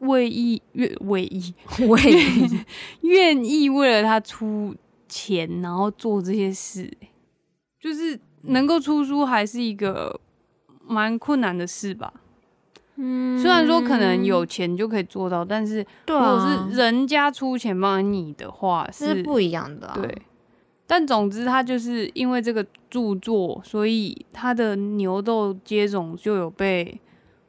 Speaker 2: 为意愿为意
Speaker 1: 我也
Speaker 2: 愿意为了他出钱，然后做这些事，就是能够出书还是一个蛮困难的事吧。
Speaker 1: 嗯
Speaker 2: 虽然说可能有钱就可以做到，但是
Speaker 1: 对
Speaker 2: 如果
Speaker 1: 啊，
Speaker 2: 是人家出钱帮你的话，
Speaker 1: 这是
Speaker 2: 是
Speaker 1: 不一样的、啊，
Speaker 2: 对。但总之，他就是因为这个著作，所以他的牛痘接种就有被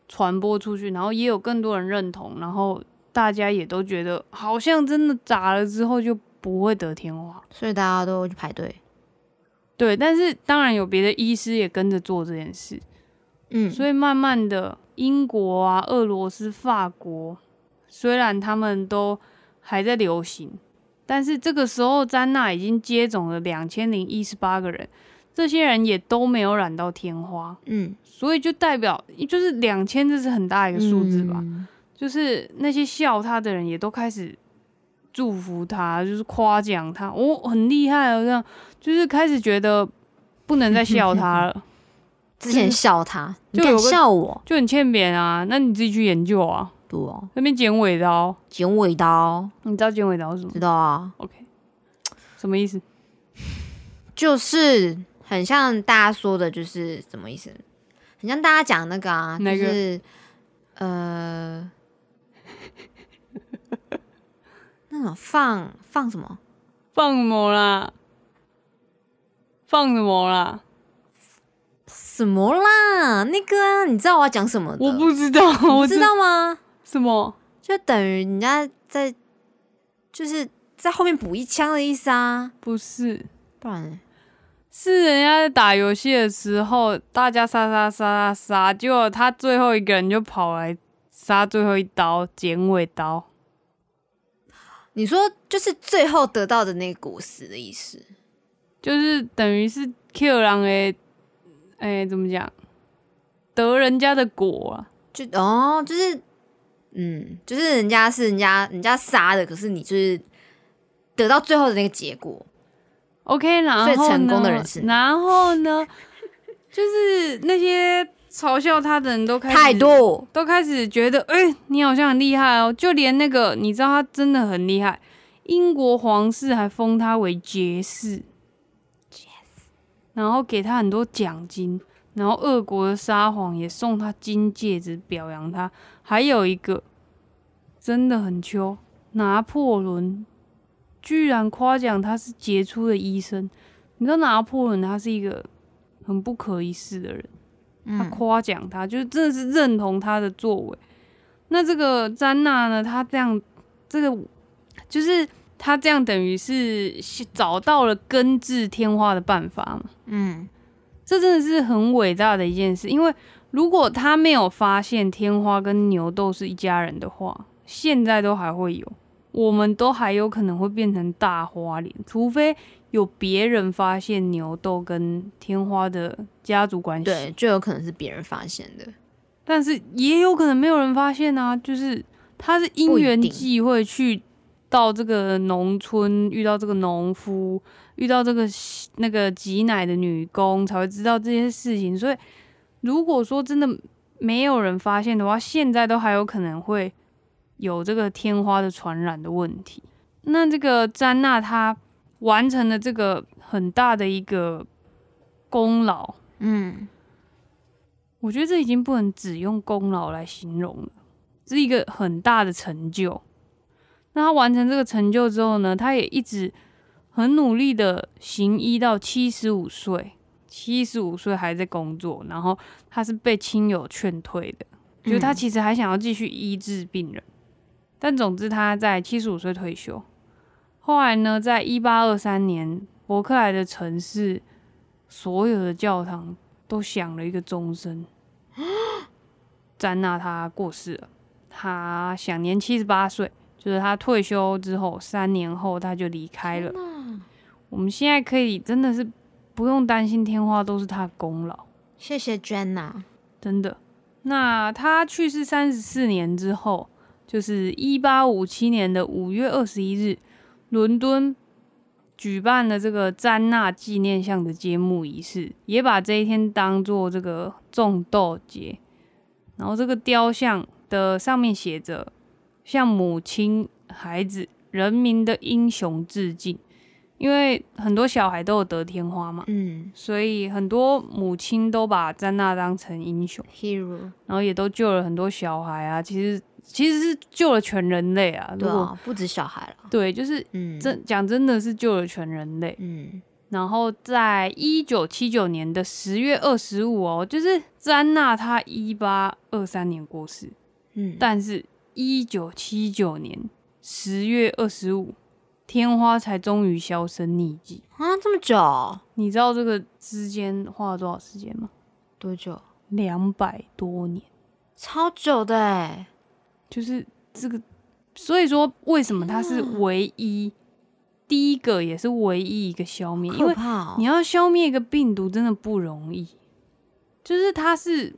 Speaker 2: 传播出去，然后也有更多人认同，然后大家也都觉得好像真的打了之后就不会得天花。
Speaker 1: 所以大家都去排队。
Speaker 2: 对，但是当然有别的医师也跟着做这件事，
Speaker 1: 嗯，
Speaker 2: 所以慢慢的，英国啊、俄罗斯、法国，虽然他们都还在流行，但是这个时候詹娜已经接种了两千零一十八个人，这些人也都没有染到天花，
Speaker 1: 嗯，
Speaker 2: 所以就代表就是两千，这是很大一个数字吧。
Speaker 1: 嗯
Speaker 2: 就是那些笑他的人也都开始祝福他，就是夸奖他，哦，很厉害哦，这样就是开始觉得不能 再笑他了。
Speaker 1: 之前笑他，你
Speaker 2: 就有
Speaker 1: 敢
Speaker 2: 个
Speaker 1: 笑我？
Speaker 2: 就很欠扁啊，那你自己去研究啊。
Speaker 1: 对哦，
Speaker 2: 那边剪尾刀，
Speaker 1: 剪尾刀，
Speaker 2: 你知道剪尾刀是什么
Speaker 1: 知道啊，
Speaker 2: ？OK，什么意思？
Speaker 1: 就是很像大家说的，就是什么意思？很像大家讲那个啊，
Speaker 2: 哪
Speaker 1: 就
Speaker 2: 个
Speaker 1: 是呃， 那种放放什么？
Speaker 2: 放什么啦？放什么啦？
Speaker 1: 什么啦？那个啊，你知道我要讲什么的？
Speaker 2: 我不知道，
Speaker 1: 你
Speaker 2: 我
Speaker 1: 不知道吗？
Speaker 2: 什么？
Speaker 1: 就等于人家在就是在后面补一枪的意思啊，
Speaker 2: 不是，
Speaker 1: 不然
Speaker 2: 是人家在打游戏的时候，大家杀杀杀杀杀，结果他最后一个人就跑来杀最后一刀，剪尾刀。
Speaker 1: 你说就是最后得到的那个果实的意思。
Speaker 2: 就是等于是 Q 狼诶，诶、怎么讲？得人家的果啊，
Speaker 1: 就哦，就是嗯，就是人家是人家人家杀的，可是你就是得到最后的那个结果，
Speaker 2: OK，然后
Speaker 1: 所以成
Speaker 2: 呢
Speaker 1: 功的人是你
Speaker 2: 然后呢，就是那些嘲笑他的人都开始
Speaker 1: 态，度
Speaker 2: 都开始觉得，哎、你好像很厉害哦。就连那个，你知道他真的很厉害，英国皇室还封他为爵士，然后给他很多奖金，然后俄国的沙皇也送他金戒指表扬他，还有一个真的很秋，拿破仑居然夸奖他是杰出的医生。你知道拿破仑他是一个很不可一世的人，他
Speaker 1: 嗯
Speaker 2: 夸奖他，就是真的是认同他的作为。那这个詹娜呢，她这样，这个就是她这样等于是找到了根治天花的办法嘛。
Speaker 1: 嗯，
Speaker 2: 这真的是很伟大的一件事，因为如果他没有发现天花跟牛痘是一家人的话，现在都还会有，我们都还有可能会变成大花脸，除非有别人发现牛痘跟天花的家族关系。
Speaker 1: 对，就有可能是别人发现的，
Speaker 2: 但是也有可能没有人发现啊，就是他是因缘际会去到这个农村，遇到这个农夫，遇到这个那个挤奶的女工，才会知道这些事情。所以如果说真的没有人发现的话，现在都还有可能会有这个天花的传染的问题。那这个詹娜她完成了这个很大的一个功劳，
Speaker 1: 嗯，
Speaker 2: 我觉得这已经不能只用功劳来形容了，是一个很大的成就。那他完成这个成就之后呢，他也一直很努力的行医到七十五岁，七十五岁还在工作，然后他是被亲友劝退的，就是他其实还想要继续医治病人，但总之他在七十五岁退休。后来呢，在一八二三年，伯克莱的城市所有的教堂都响了一个钟声。 詹娜她过世了，她享年七十八岁，就是她退休之后三年后她就离开了。我们现在可以真的是不用担心天花都是她的功劳，
Speaker 1: 谢谢 Jenna，
Speaker 2: 真的。那她去世三十四年之后，就是一八五七年的五月二十一日，伦敦举办了这个詹娜纪念像的揭幕仪式，也把这一天当做这个种豆节。然后这个雕像的上面写着向母亲、孩子、人民的英雄致敬，因为很多小孩都有得天花嘛，
Speaker 1: 嗯
Speaker 2: 所以很多母亲都把詹娜当成英雄，
Speaker 1: ，hero，
Speaker 2: 然后也都救了很多小孩啊。其实其实是救了全人类啊。如
Speaker 1: 对
Speaker 2: 果
Speaker 1: 啊，不止小孩了，
Speaker 2: 对，就是
Speaker 1: 嗯，
Speaker 2: 真讲真的是救了全人类。
Speaker 1: 嗯
Speaker 2: 然后在一九七九年的十月二十五哦，就是詹娜她一八二三年过世，
Speaker 1: 嗯，
Speaker 2: 但是一九七九年十月二十五，天花才终于销声匿迹。
Speaker 1: 啊，这么久，
Speaker 2: 你知道这个之间花了多少时间吗？
Speaker 1: 多久？
Speaker 2: 两百多年，
Speaker 1: 超久的哎，
Speaker 2: 就是这个。所以说，为什么它是
Speaker 1: 天啊
Speaker 2: 唯一第一个，也是唯一一个消灭？因
Speaker 1: 可
Speaker 2: 为
Speaker 1: 怕哦
Speaker 2: 你，要消灭一个病毒真的不容易，就是它是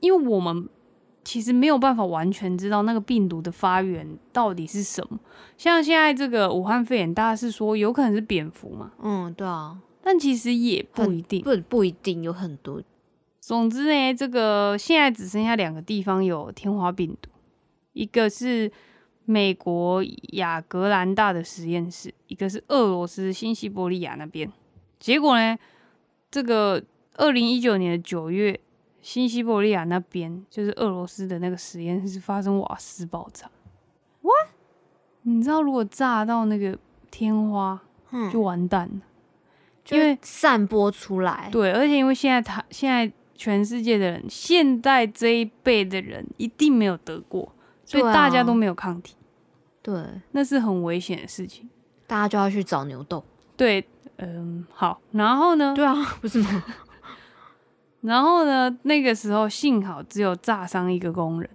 Speaker 2: 因为我们其实没有办法完全知道那个病毒的发源到底是什么。像现在这个武汉肺炎，大家是说有可能是蝙蝠嘛，
Speaker 1: 嗯，对啊，
Speaker 2: 但其实也不一定。
Speaker 1: 不不一定有很多，
Speaker 2: 总之呢，这个现在只剩下两个地方有天花病毒，一个是美国雅格兰大的实验室，一个是俄罗斯新西伯利亚那边。结果呢，这个二零一九年的九月，新西伯利亚那边就是俄罗斯的那个实验室发生瓦斯爆炸。
Speaker 1: What？
Speaker 2: 你知道如果炸到那个天花
Speaker 1: 嗯，
Speaker 2: 就完蛋了。
Speaker 1: 就
Speaker 2: 因为
Speaker 1: 散播出来，
Speaker 2: 对，而且因为现在他现在全世界的人，现在这一辈的人一定没有得过，所以
Speaker 1: 对啊
Speaker 2: 大家都没有抗体，
Speaker 1: 对，
Speaker 2: 那是很危险的事情。
Speaker 1: 大家就要去找牛痘，
Speaker 2: 对，嗯，好，然后呢，
Speaker 1: 对啊，不是吗？
Speaker 2: 然后呢，那个时候幸好只有炸伤一个工人，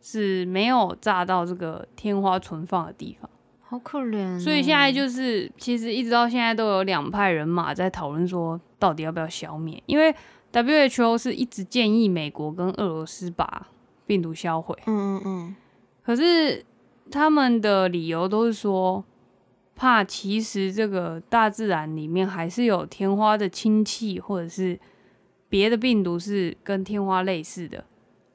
Speaker 2: 是没有炸到这个天花存放的地方，
Speaker 1: 好可怜哦，
Speaker 2: 所以现在就是其实一直到现在都有两派人马在讨论说到底要不要消灭，因为 WHO 是一直建议美国跟俄罗斯把病毒销毁。
Speaker 1: 嗯嗯嗯，
Speaker 2: 可是他们的理由都是说，怕其实这个大自然里面还是有天花的亲戚，或者是别的病毒是跟天花类似的，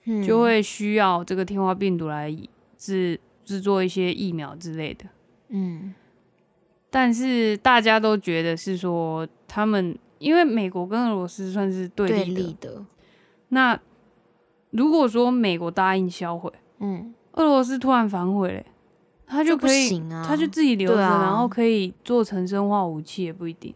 Speaker 1: 嗯
Speaker 2: 就会需要这个天花病毒来制制作一些疫苗之类的。
Speaker 1: 嗯
Speaker 2: 但是大家都觉得是说，他们因为美国跟俄罗斯算是对
Speaker 1: 对
Speaker 2: 立的，
Speaker 1: 立的，
Speaker 2: 那如果说美国答应销毁，
Speaker 1: 嗯，
Speaker 2: 俄罗斯突然反悔嘞、他就
Speaker 1: 不
Speaker 2: 可以
Speaker 1: 行啊，
Speaker 2: 他就自己留着，
Speaker 1: 对啊
Speaker 2: 然后可以做成生化武器也不一定。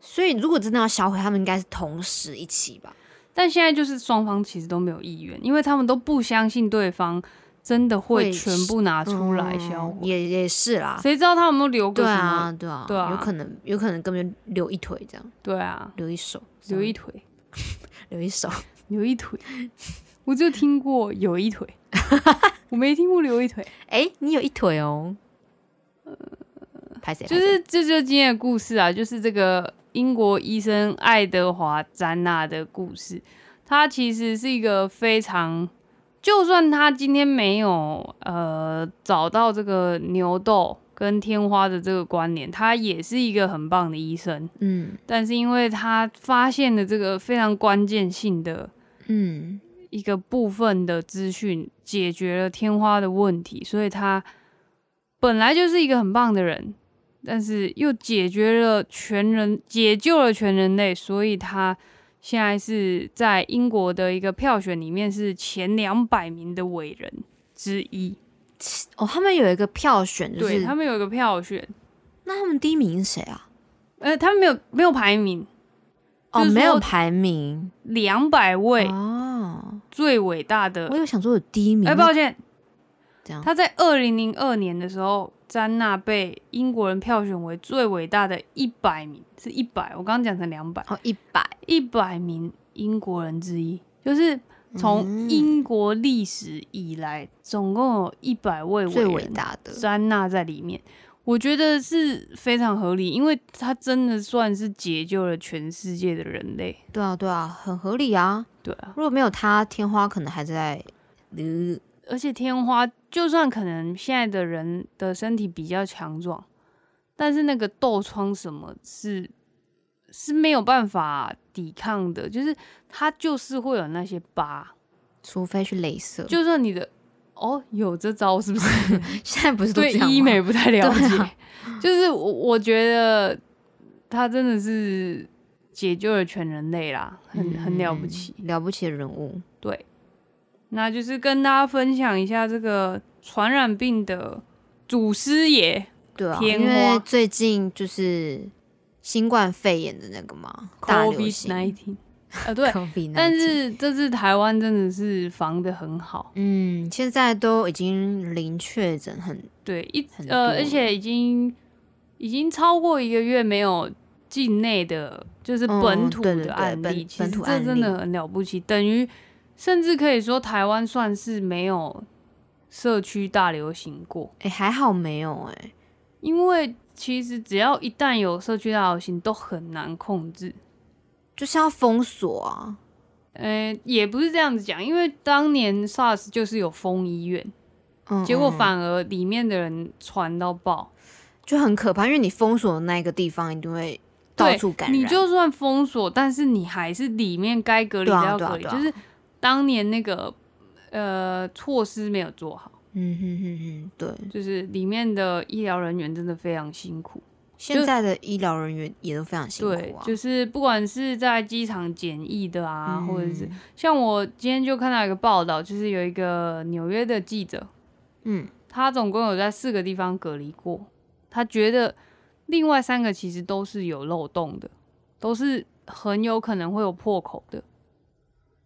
Speaker 1: 所以如果真的要销毁，他们应该是同时一起吧？
Speaker 2: 但现在就是双方其实都没有意愿，因为他们都不相信对方真的会
Speaker 1: 会
Speaker 2: 全部拿出来销
Speaker 1: 嗯
Speaker 2: 毁，
Speaker 1: 也也是啦，
Speaker 2: 谁知道他有没有留
Speaker 1: 对
Speaker 2: 个什么？
Speaker 1: 啊对啊
Speaker 2: 对啊
Speaker 1: 有可能有可能根本就留一腿这样，
Speaker 2: 对啊，
Speaker 1: 留一手，
Speaker 2: 留一腿，
Speaker 1: 留一 手，
Speaker 2: 留一腿，我就听过有一腿，我没听过留一腿。
Speaker 1: 哎，你有一腿哦，拍谁？啊
Speaker 2: 就是这就是今天的故事啊，就是这个英国医生爱德华·詹纳的故事。他其实是一个非常，就算他今天没有呃找到这个牛痘跟天花的这个关联，他也是一个很棒的医生。
Speaker 1: 嗯
Speaker 2: 但是因为他发现了这个非常关键性的
Speaker 1: 嗯
Speaker 2: 一个部分的资讯，解决了天花的问题，所以他本来就是一个很棒的人，但是又解决了全人，解救了全人类，所以他现在是在英国的一个票选里面是前两百名的伟人之一。
Speaker 1: 哦，他们有一个票选，就
Speaker 2: 对
Speaker 1: 是
Speaker 2: 他们有一个票选，
Speaker 1: 那他们第一名是谁啊？
Speaker 2: 呃，他们没有没有排名，就
Speaker 1: 哦，
Speaker 2: 是说
Speaker 1: 没有排名
Speaker 2: 两百位
Speaker 1: 哦，
Speaker 2: 最伟大的
Speaker 1: 我有想说有第一名，
Speaker 2: 哎、抱歉
Speaker 1: 怎样，
Speaker 2: 他在二零零二年的时候，詹娜被英国人票选为最伟大的一百名，是一百，我刚刚讲成两百，
Speaker 1: 哦一百，
Speaker 2: 一百名英国人之一，就是从
Speaker 1: 嗯
Speaker 2: 英国历史以来，总共有一百位
Speaker 1: 最
Speaker 2: 人
Speaker 1: 伟大的，
Speaker 2: 詹娜在里面。我觉得是非常合理，因为他真的算是解救了全世界的人类。
Speaker 1: 对啊对啊，很合理啊。
Speaker 2: 对啊，
Speaker 1: 如果没有他，天花可能还在，呃，
Speaker 2: 而且天花，就算可能现在的人的身体比较强壮，但是那个痘疮什么是是没有办法抵抗的，就是它就是会有那些疤，
Speaker 1: 除非去镭射，
Speaker 2: 就算你的哦，有这招是不是？
Speaker 1: 现在 不是都
Speaker 2: 对
Speaker 1: 这样吗
Speaker 2: 医美不太了解，
Speaker 1: 对啊
Speaker 2: 就是我我觉得他真的是解救了全人类啦，很很了不起。
Speaker 1: 嗯了不起的人物。
Speaker 2: 对，那就是跟大家分享一下这个传染病的祖师爷
Speaker 1: 对啊，
Speaker 2: 天
Speaker 1: 因为
Speaker 2: 花
Speaker 1: 最近就是新冠肺炎的那个嘛，大流
Speaker 2: COVID
Speaker 1: 行。
Speaker 2: nineteen。呃，对，
Speaker 1: COVID-19
Speaker 2: 但是这次台湾真的是防的很好，
Speaker 1: 嗯，现在都已经零确诊，很
Speaker 2: 对，一
Speaker 1: 很多
Speaker 2: 呃，而且已经已经超过一个月没有境内的，就是
Speaker 1: 嗯
Speaker 2: 本土
Speaker 1: 对对对
Speaker 2: 的案
Speaker 1: 本
Speaker 2: 例，其
Speaker 1: 本
Speaker 2: 实
Speaker 1: 土
Speaker 2: 这
Speaker 1: 案
Speaker 2: 真
Speaker 1: 例
Speaker 2: 的很了不起，等于甚至可以说台湾算是没有社区大流行过，
Speaker 1: 哎、还好没有哎、
Speaker 2: 因为其实只要一旦有社区大流行，都很难控制。
Speaker 1: 就是要封锁啊。
Speaker 2: 呃，也不是这样子讲，因为当年 SARS 就是有封医院，
Speaker 1: 嗯，
Speaker 2: 结果
Speaker 1: 嗯嗯
Speaker 2: 反而里面的人传到爆，
Speaker 1: 就很可怕，因为你封锁的那一个地方一定会到
Speaker 2: 对
Speaker 1: 处感染。
Speaker 2: 你就算封锁，但是你还是里面该隔离
Speaker 1: 对
Speaker 2: 的
Speaker 1: 啊
Speaker 2: 要
Speaker 1: 对啊
Speaker 2: 隔离，
Speaker 1: 对啊
Speaker 2: 就是当年那个呃措施没有做好，
Speaker 1: 嗯哼哼哼，对，
Speaker 2: 就是里面的医疗人员真的非常辛苦。
Speaker 1: 现在的医疗人员也都非常辛
Speaker 2: 对
Speaker 1: 苦啊，，
Speaker 2: 就是不管是在机场检疫的啊，或者是
Speaker 1: 嗯
Speaker 2: 像我今天就看到一个报道，就是有一个纽约的记者，
Speaker 1: 嗯，
Speaker 2: 他总共有在四个地方隔离过，他觉得另外三个其实都是有漏洞的，都是很有可能会有破口的，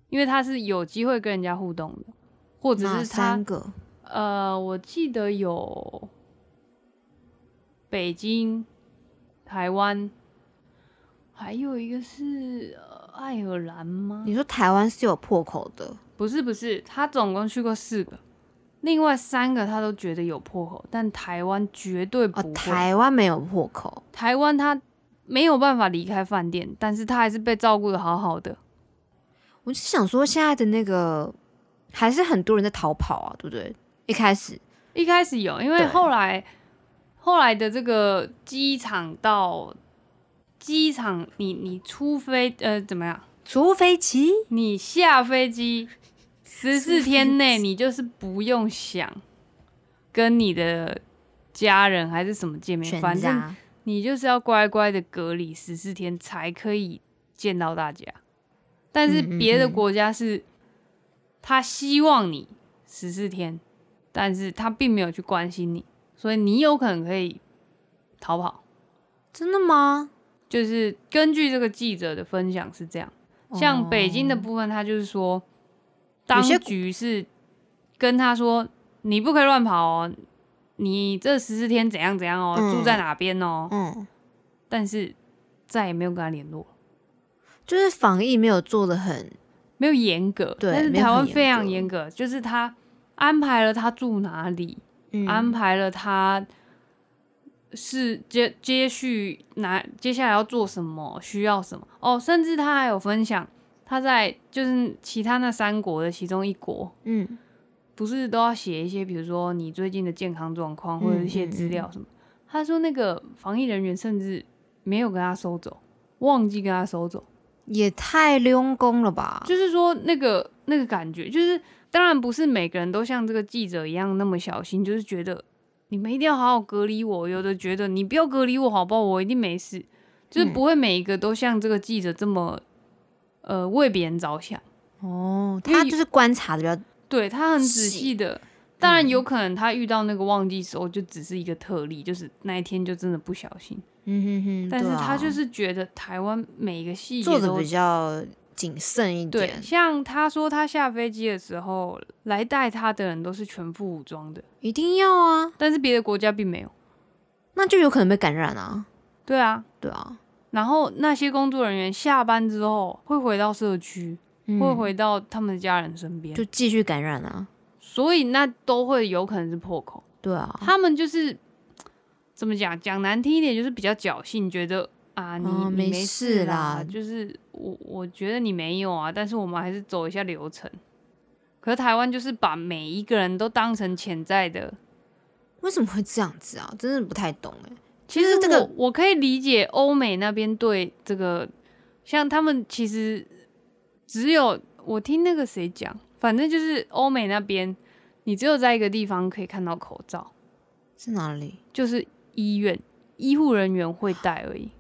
Speaker 2: 因为他是有机会跟人家互动的，或者
Speaker 1: 哪
Speaker 2: 是他
Speaker 1: 三个？
Speaker 2: 呃，我记得有北京、台湾，还有一个是、呃爱尔兰吗？
Speaker 1: 你说台湾是有破口的，
Speaker 2: 不是不是，他总共去过四个，另外三个他都觉得有破口，但台湾绝对不
Speaker 1: 哦
Speaker 2: 会。，
Speaker 1: 台湾没有破口，
Speaker 2: 台湾他没有办法离开饭店，但是他还是被照顾的好好的。
Speaker 1: 我是想说现在的那个还是很多人在逃跑啊，对不对？一开始，
Speaker 2: 一开始有，因为
Speaker 1: 对
Speaker 2: 后来后来的这个机场到机场你，你出飞呃怎么样？
Speaker 1: 除非其
Speaker 2: 你下飞机十四天内，你就是不用想跟你的家人还是什么见面，
Speaker 1: 全
Speaker 2: 反正
Speaker 1: 家，
Speaker 2: 你就是要乖乖的隔离十四天才可以见到大家。但是
Speaker 1: 嗯嗯
Speaker 2: 别的
Speaker 1: 嗯
Speaker 2: 国家是，他希望你十四天，但是他并没有去关心你，所以你有可能可以逃跑。
Speaker 1: 真的吗？
Speaker 2: 就是根据这个记者的分享是这样，像北京的
Speaker 1: 哦
Speaker 2: 部分，他就是说，
Speaker 1: 有
Speaker 2: 当
Speaker 1: 些
Speaker 2: 局是跟他说，你不可以乱跑哦，你这十四天怎样怎样哦，
Speaker 1: 嗯
Speaker 2: 住在哪边哦，
Speaker 1: 嗯，
Speaker 2: 但是再也没有跟他联络，
Speaker 1: 就是防疫没有做的很，
Speaker 2: 没有严格。
Speaker 1: 对
Speaker 2: 但是
Speaker 1: 没有
Speaker 2: 台湾
Speaker 1: 很严
Speaker 2: 非常
Speaker 1: 格
Speaker 2: 严格，就是他安排了他住哪里，
Speaker 1: 嗯，
Speaker 2: 安排了他是接接续哪接下来要做什么，需要什么哦，甚至他还有分享他在就是其他那三国的其中一国。
Speaker 1: 嗯，
Speaker 2: 不是都要写一些，比如说你最近的健康状况或者一些资料什
Speaker 1: 嗯
Speaker 2: 么？他说那个防疫人员甚至没有跟他收走，忘记跟他收走，
Speaker 1: 也太溜工了吧？
Speaker 2: 就是说那个那个感觉，就是当然不是每个人都像这个记者一样那么小心，就是觉得你们一定要好好隔离我，有的觉得你不要隔离我好不好，我一定没事，就是
Speaker 1: 嗯
Speaker 2: 不会每一个都像这个记者这么呃为别人着想。
Speaker 1: 哦，
Speaker 2: 因为
Speaker 1: 他就是观察的比较，
Speaker 2: 对他很仔
Speaker 1: 细
Speaker 2: 细的。当然有可能他遇到那个忘记时候就只是一个特例，就是那一天就真的不小心。
Speaker 1: 嗯哼哼，
Speaker 2: 但是
Speaker 1: 对啊
Speaker 2: 他就是觉得台湾每一个细节
Speaker 1: 做的
Speaker 2: 都
Speaker 1: 比较谨慎一
Speaker 2: 对，
Speaker 1: 点，
Speaker 2: 像他说他下飞机的时候，来带他的人都是全副武装的，
Speaker 1: 一定要啊，
Speaker 2: 但是别的国家并没有。
Speaker 1: 那就有可能被感染啊，
Speaker 2: 对啊，
Speaker 1: 对啊，
Speaker 2: 然后那些工作人员下班之后会回到社区，会
Speaker 1: 嗯
Speaker 2: 回到他们的家人身边，
Speaker 1: 就继续感染啊，
Speaker 2: 所以那都会有可能是破口。
Speaker 1: 对啊，
Speaker 2: 他们就是怎么讲，讲难听一点，就是比较侥幸，觉得啊，你、
Speaker 1: 哦
Speaker 2: 你
Speaker 1: 没
Speaker 2: 没
Speaker 1: 事
Speaker 2: 啦，
Speaker 1: 啦
Speaker 2: 就是我我觉得你没有啊，但是我们还是走一下流程。可是台湾就是把每一个人都当成潜在的，
Speaker 1: 为什么会这样子啊？真的不太懂哎、
Speaker 2: 其实
Speaker 1: 这个
Speaker 2: 我我可以理解欧美那边对这个，像他们其实只有我听那个谁讲，反正就是欧美那边你只有在一个地方可以看到口罩，
Speaker 1: 是哪里？
Speaker 2: 就是医院医护人员会戴而已。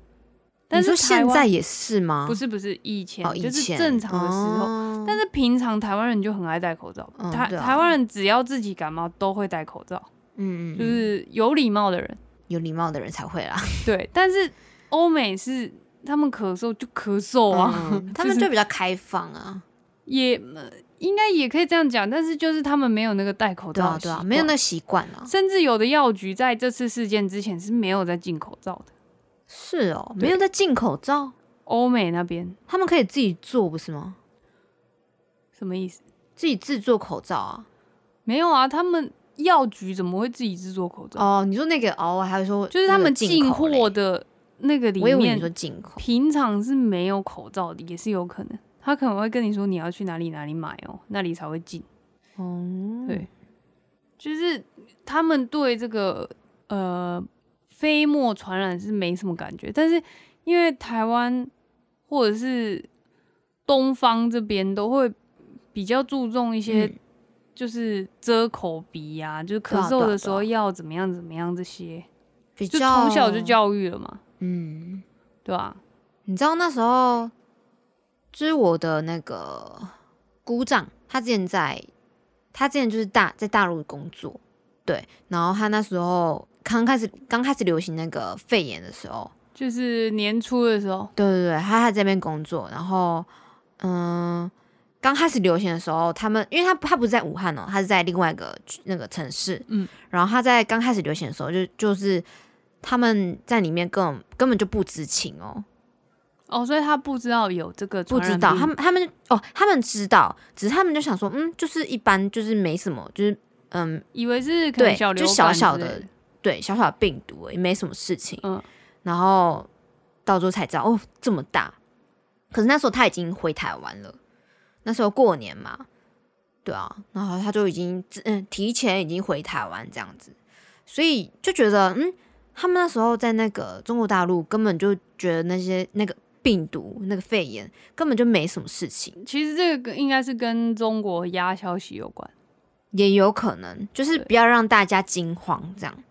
Speaker 2: 但是
Speaker 1: 你说
Speaker 2: 台
Speaker 1: 现在
Speaker 2: 湾
Speaker 1: 也是吗？
Speaker 2: 不是不是以前、
Speaker 1: 哦，以前
Speaker 2: 就是正常的时候，
Speaker 1: 哦
Speaker 2: 但是平常台湾人就很爱戴口罩，
Speaker 1: 嗯
Speaker 2: 台
Speaker 1: 对啊
Speaker 2: 台湾人只要自己感冒都会戴口罩，
Speaker 1: 嗯嗯，
Speaker 2: 就
Speaker 1: 嗯
Speaker 2: 是有礼貌的人。
Speaker 1: 有礼貌的人才会啦。
Speaker 2: 对，但是欧美是他们咳嗽就咳嗽啊，
Speaker 1: 嗯他们
Speaker 2: 就是
Speaker 1: 就比较开放啊，
Speaker 2: 也、呃应该也可以这样讲，但是就是他们没有那个戴口
Speaker 1: 对
Speaker 2: 罩
Speaker 1: 啊
Speaker 2: 的习
Speaker 1: 对
Speaker 2: 惯、
Speaker 1: 啊，没有那习惯啊。
Speaker 2: 甚至有的药局在这次事件之前是没有在进口罩的，
Speaker 1: 是哦，
Speaker 2: 对
Speaker 1: 没有在进口罩，
Speaker 2: 欧美那边
Speaker 1: 他们可以自己做不是吗？
Speaker 2: 什么意思？
Speaker 1: 自己制作口罩啊？
Speaker 2: 没有啊，他们药局怎么会自己制作口罩？
Speaker 1: 哦，你说那个哦，我还说
Speaker 2: 就是他
Speaker 1: 那个
Speaker 2: 们
Speaker 1: 进
Speaker 2: 进
Speaker 1: 口嘞
Speaker 2: 货，的那个里
Speaker 1: 我以为
Speaker 2: 面
Speaker 1: 你说进口，
Speaker 2: 平常是没有口罩的，也是有可能。他可能会跟你说你要去哪里哪里买哦，那里才会进。
Speaker 1: 哦，
Speaker 2: 对，就是他们对这个呃飞沫传染是没什么感觉，但是因为台湾或者是东方这边都会比较注重一些
Speaker 1: 嗯
Speaker 2: 就是遮口鼻呀、就是
Speaker 1: 对
Speaker 2: 咳
Speaker 1: 啊对
Speaker 2: 嗽
Speaker 1: 啊
Speaker 2: 的时
Speaker 1: 对
Speaker 2: 候
Speaker 1: 啊
Speaker 2: 要怎么样怎么样这些，
Speaker 1: 比
Speaker 2: 就
Speaker 1: 较
Speaker 2: 从小就，教育了嘛，
Speaker 1: 嗯，
Speaker 2: 对吧、
Speaker 1: 你知道那时候，就是我的那个姑丈，他之前在，他之前就是大在大陆工作，对，然后他那时候刚开始刚开始流行那个肺炎的时候，
Speaker 2: 就是年初的时候，
Speaker 1: 对对对，他还在这边工作，然后嗯，刚开始流行的时候，他们因为他他不是在武汉哦，他是在另外一个区那个城市，
Speaker 2: 嗯，
Speaker 1: 然后他在刚开始流行的时候，就就是他们在里面根本根本就不知情哦，
Speaker 2: 哦，所以他不知道有这个
Speaker 1: 不
Speaker 2: 传
Speaker 1: 知
Speaker 2: 染
Speaker 1: 道，
Speaker 2: 病
Speaker 1: 他们他们哦，他们知道，只是他们就想说，嗯，就是一般，就是没什么，就是嗯，
Speaker 2: 以为是可能
Speaker 1: 对，
Speaker 2: 小流
Speaker 1: 就
Speaker 2: 感
Speaker 1: 小小
Speaker 2: 之类
Speaker 1: 的，对，小小的病毒而已，也没什么事情。
Speaker 2: 嗯
Speaker 1: 然后到时候才知道，哦，这么大。可是那时候他已经回台湾了，那时候过年嘛，对啊，然后他就已经嗯提前已经回台湾这样子，所以就觉得嗯，他们那时候在那个中国大陆根本就觉得那些那个病毒那个肺炎根本就没什么事情。
Speaker 2: 其实这个应该是跟中国压消息有关。
Speaker 1: 也有可能，就是
Speaker 2: 对
Speaker 1: 不要让大家惊慌这样。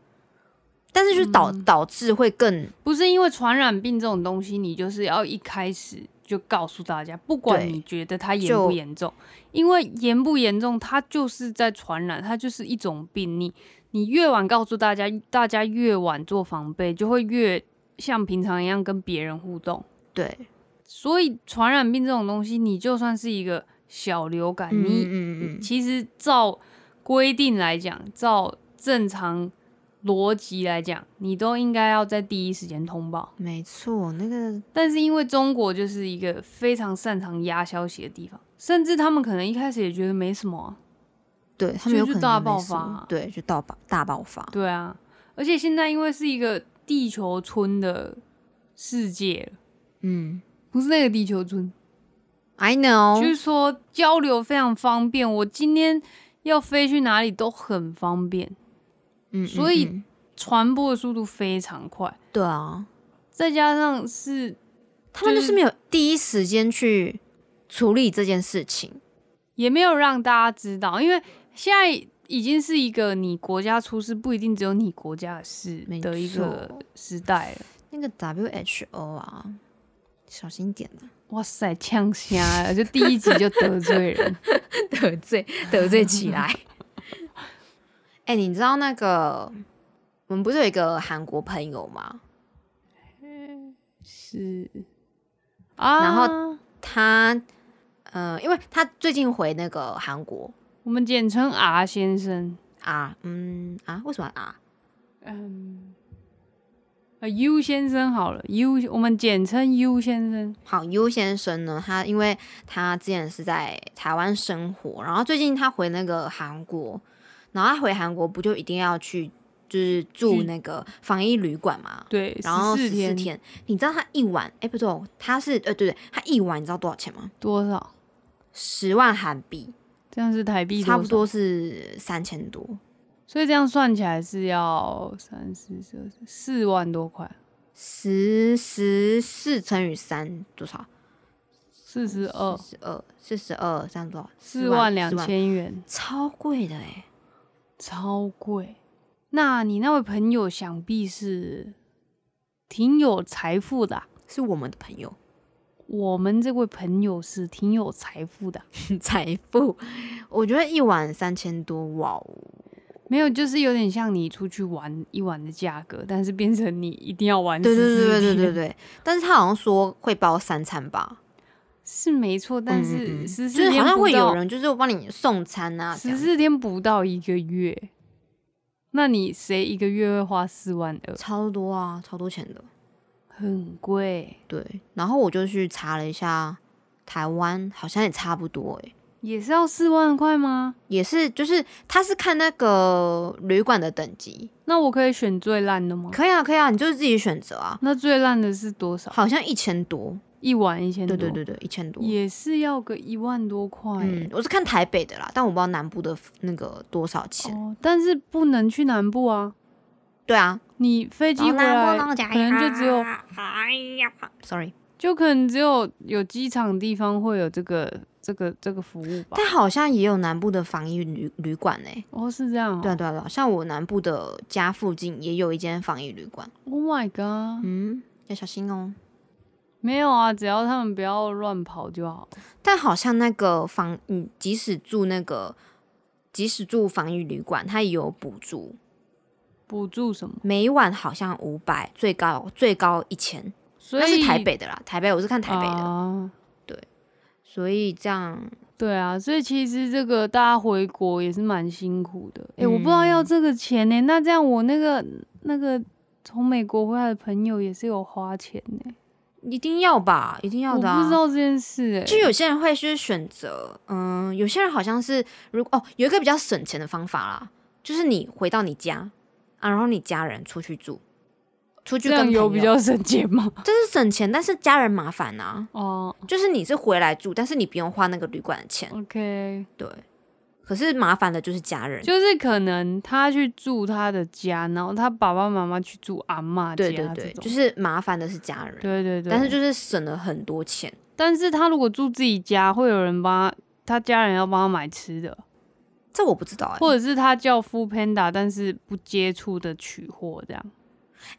Speaker 1: 但是就
Speaker 2: 嗯
Speaker 1: 导、导致会更
Speaker 2: 不是因为传染病这种东西，你就是要一开始就告诉大家，不管
Speaker 1: 对
Speaker 2: 你觉得它严
Speaker 1: 就
Speaker 2: 不严重，因为严不严重，它就是在传染，它就是一种病。你你越晚告诉大家，大家越晚做防备，就会越像平常一样跟别人互动。
Speaker 1: 对，
Speaker 2: 所以传染病这种东西，你就算是一个小流感，
Speaker 1: 嗯
Speaker 2: 你
Speaker 1: 嗯嗯嗯，
Speaker 2: 其实照规定来讲，照正常逻辑来讲，你都应该要在第一时间通报。
Speaker 1: 没错，那个
Speaker 2: 但是因为中国就是一个非常擅长压消息的地方，甚至他们可能一开始也觉得没什么啊、
Speaker 1: 对他们有可能
Speaker 2: 就大
Speaker 1: 没
Speaker 2: 爆
Speaker 1: 什么
Speaker 2: 发啊
Speaker 1: 对，就大爆大爆发，
Speaker 2: 对啊，而且现在因为是一个地球村的世界了
Speaker 1: 嗯
Speaker 2: 不是那个地球村，
Speaker 1: ，I know，嗯
Speaker 2: 就是说交流非常方便。我今天要飞去哪里都很方便，
Speaker 1: 嗯，嗯
Speaker 2: 所以
Speaker 1: 嗯
Speaker 2: 传播的速度非常快。
Speaker 1: 对啊，
Speaker 2: 再加上是
Speaker 1: 他们就
Speaker 2: 就是
Speaker 1: 是没有第一时间去处理这件事情，
Speaker 2: 也没有让大家知道，因为现在已经是一个你国家出事不一定只有你国家的事
Speaker 1: 没
Speaker 2: 的一个
Speaker 1: 错
Speaker 2: 时代了。
Speaker 1: 那个 WHO 啊，小心一点 啊，
Speaker 2: 哇塞，呛瞎了，就第一集就得罪 人。
Speaker 1: 得罪得罪起来。 哎、你知道那个我们不是有一个韩国朋友吗？
Speaker 2: 是啊，
Speaker 1: 然后他呃，因为他最近回那个韩国
Speaker 2: 我们简称 R 先生，
Speaker 1: 啊，嗯啊，为什么啊？
Speaker 2: 嗯。呃，U 先生好了，U 我们简称 U 先生，
Speaker 1: 好，U 先生呢？他因为他之前是在台湾生活，然后最近他回那个韩国，然后他回韩国不就一定要去就是住
Speaker 2: 去
Speaker 1: 那个防疫旅馆嘛？
Speaker 2: 嗯对，
Speaker 1: 然后
Speaker 2: 四
Speaker 1: 十四
Speaker 2: 天
Speaker 1: 天，你知道他一晚？哎、不对哦，他是呃，对对，他一晚你知道多少钱吗？
Speaker 2: 多少？
Speaker 1: 十万韩币，
Speaker 2: 这样是台币
Speaker 1: 差
Speaker 2: 少
Speaker 1: 不多是三千多，
Speaker 2: 所以这样算起来是要三四四四万多块，
Speaker 1: 十十四乘以三多少？
Speaker 2: 四十二
Speaker 1: 四十二，四十二，这样多少？
Speaker 2: 哦四
Speaker 1: 万
Speaker 2: 万两，
Speaker 1: 四
Speaker 2: 千元，
Speaker 1: 超贵的哎、
Speaker 2: 超贵。那你那位朋友想必是挺有财富的啊、
Speaker 1: 是我们的朋友，
Speaker 2: 我们这位朋友是挺有财富的啊，
Speaker 1: 财富，我觉得一晚三千多，哇哦！
Speaker 2: 没有，就是有点像你出去玩一晚的价格，但是变成你一定要玩
Speaker 1: 对对
Speaker 2: 14
Speaker 1: 对对对
Speaker 2: 天
Speaker 1: 对对，但是他好像说会包三餐吧，
Speaker 2: 是没错，
Speaker 1: 嗯
Speaker 2: 但
Speaker 1: 嗯
Speaker 2: 是
Speaker 1: 嗯就
Speaker 2: 十四
Speaker 1: 是
Speaker 2: 天
Speaker 1: 好像
Speaker 2: 不
Speaker 1: 会有
Speaker 2: 到
Speaker 1: 人就是帮你送餐啊，这
Speaker 2: 十
Speaker 1: 样
Speaker 2: 四天不到一个月，那你谁一个月会花四万二？
Speaker 1: 超多啊，超多钱的。
Speaker 2: 很贵，
Speaker 1: 对，然后我就去查了一下，台湾好像也差不多诶、
Speaker 2: 也是要四万块吗？
Speaker 1: 也是就是他是看那个旅馆的等级，
Speaker 2: 那我可以选最烂的吗？
Speaker 1: 可以啊可以啊，你就是自己选择啊，
Speaker 2: 那最烂的是多少？
Speaker 1: 好像一千多，
Speaker 2: 一晚一千多，
Speaker 1: 对对对对，一千多。
Speaker 2: 也是要个一万多块欸、
Speaker 1: 嗯，我是看台北的啦，但我不知道南部的那个多少钱。
Speaker 2: 哦，但是不能去南部啊，
Speaker 1: 对啊，
Speaker 2: 你飞机回来可能就只有，
Speaker 1: 哎 呀，sorry，
Speaker 2: 就可能只有有机场地方会有这个这个这个服务吧。
Speaker 1: 但好像也有南部的防疫旅旅馆呢、
Speaker 2: 哦，是这样、哦。
Speaker 1: 对啊对啊对啊，像我南部的家附近也有一间防疫旅馆，
Speaker 2: Oh my god！、
Speaker 1: 嗯，要小心哦。
Speaker 2: 没有啊，只要他们不要乱跑就好。
Speaker 1: 但好像那个防，嗯，即使住那个，即使住防疫旅馆，它也有补助，
Speaker 2: 补助什么？
Speaker 1: 每晚好像五百，最高最高一千，
Speaker 2: 所
Speaker 1: 那
Speaker 2: 以
Speaker 1: 是台北的啦，台北我是看台北的，
Speaker 2: 啊
Speaker 1: 所以这样
Speaker 2: 对啊，所以其实这个大家回国也是蛮辛苦的。哎、我不知道
Speaker 1: 嗯
Speaker 2: 要这个钱呢、那这样我那个那个从美国回来的朋友也是有花钱呢、
Speaker 1: 一定要吧，一定要的、啊。
Speaker 2: 我不知道这件事哎、
Speaker 1: 就有些人会去选择，嗯，有些人好像是如哦，有一个比较省钱的方法啦，就是你回到你家啊，然后你家人出去住，出去
Speaker 2: 这
Speaker 1: 跟
Speaker 2: 样
Speaker 1: 朋
Speaker 2: 有
Speaker 1: 友
Speaker 2: 比较省钱吗？
Speaker 1: 这是省钱，但是家人麻烦啊。
Speaker 2: 哦、
Speaker 1: 就是你是回来住，但是你不用花那个旅馆的钱，
Speaker 2: o k
Speaker 1: 对。可是麻烦的就是家人，
Speaker 2: 就是可能他去住他的家，然后他爸爸妈妈去住阿嬷
Speaker 1: 对
Speaker 2: 家
Speaker 1: 对对
Speaker 2: 这，种，
Speaker 1: 就是麻烦的是家人，
Speaker 2: 对对对。
Speaker 1: 但是就是省了很多钱。
Speaker 2: 但是他如果住自己家，会有人帮他，他家人要帮他买吃的，
Speaker 1: 这我不知道哎、欸，
Speaker 2: 或者是他叫 Food Panda，但是不接触的取货这样。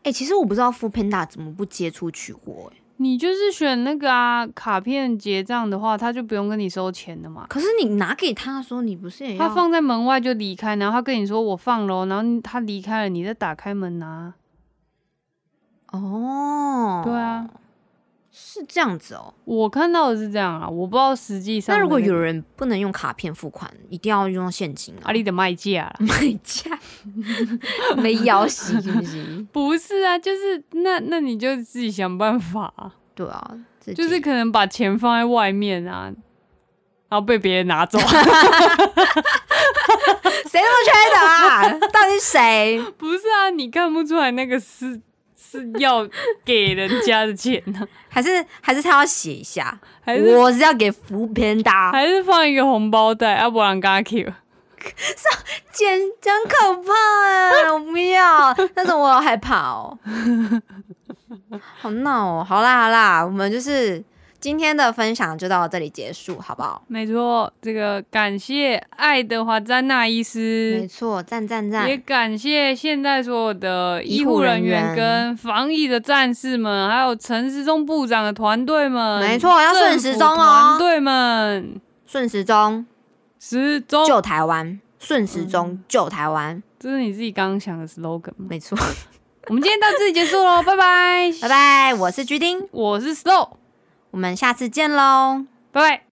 Speaker 1: 哎、其实我不知道 Food Panda 怎么不接触取货、欸、
Speaker 2: 你就是选那个啊，卡片结账的话，他就不用跟你收钱了嘛。
Speaker 1: 可是你拿给他的时候，你不是也要
Speaker 2: 他放在门外就离开，然后他跟你说我放喽，然后他离开了，你再打开门拿。
Speaker 1: 哦？
Speaker 2: 对啊，
Speaker 1: 是这样子哦。
Speaker 2: 我看到的是这样啊，我不知道实际上
Speaker 1: 那如
Speaker 2: 的个。
Speaker 1: 果有人不能用卡片付款，一定要用现金啊？
Speaker 2: 阿里的卖价啦，
Speaker 1: 买家 没要挟是不是？
Speaker 2: 不是啊，就是那那你就自己想办法啊、
Speaker 1: 对啊，自己
Speaker 2: 就是可能把钱放在外面啊，然后被别人拿走，啊
Speaker 1: 谁那么缺德啊？到底是谁？
Speaker 2: 不是啊，你看不出来那个是是要给人家的钱啊呢、
Speaker 1: 还是还是他要写一下，
Speaker 2: 还是
Speaker 1: 我是要给福偏达，
Speaker 2: 还是放一个红包袋，要、不然嘎 Q。
Speaker 1: 简直很可怕哎、我不要，但是我好害怕哦，好闹哦，好啦好啦，我们就是今天的分享就到这里结束，好不好？
Speaker 2: 没错，这个感谢爱德华詹娜医
Speaker 1: 没
Speaker 2: 师，
Speaker 1: 错，赞赞
Speaker 2: 嗯也
Speaker 1: 赞，
Speaker 2: 感谢现在所有的
Speaker 1: 医
Speaker 2: 医
Speaker 1: 护
Speaker 2: 护人
Speaker 1: 人
Speaker 2: 员
Speaker 1: 员
Speaker 2: 跟防疫的战士们，还有陈时中部长的团队们，
Speaker 1: 没错要顺
Speaker 2: 政
Speaker 1: 时
Speaker 2: 府
Speaker 1: 钟哦
Speaker 2: 团队们，
Speaker 1: 顺时钟
Speaker 2: 时钟，
Speaker 1: 救台湾，顺时
Speaker 2: 嗯
Speaker 1: 钟救台湾，
Speaker 2: 这是你自己刚刚想的 slogan 吗？
Speaker 1: 没错，
Speaker 2: 我们今天到这里结束喽，拜拜，
Speaker 1: 拜拜，我是居丁，
Speaker 2: 我是 Slow，
Speaker 1: 我们下次见喽。
Speaker 2: 拜拜。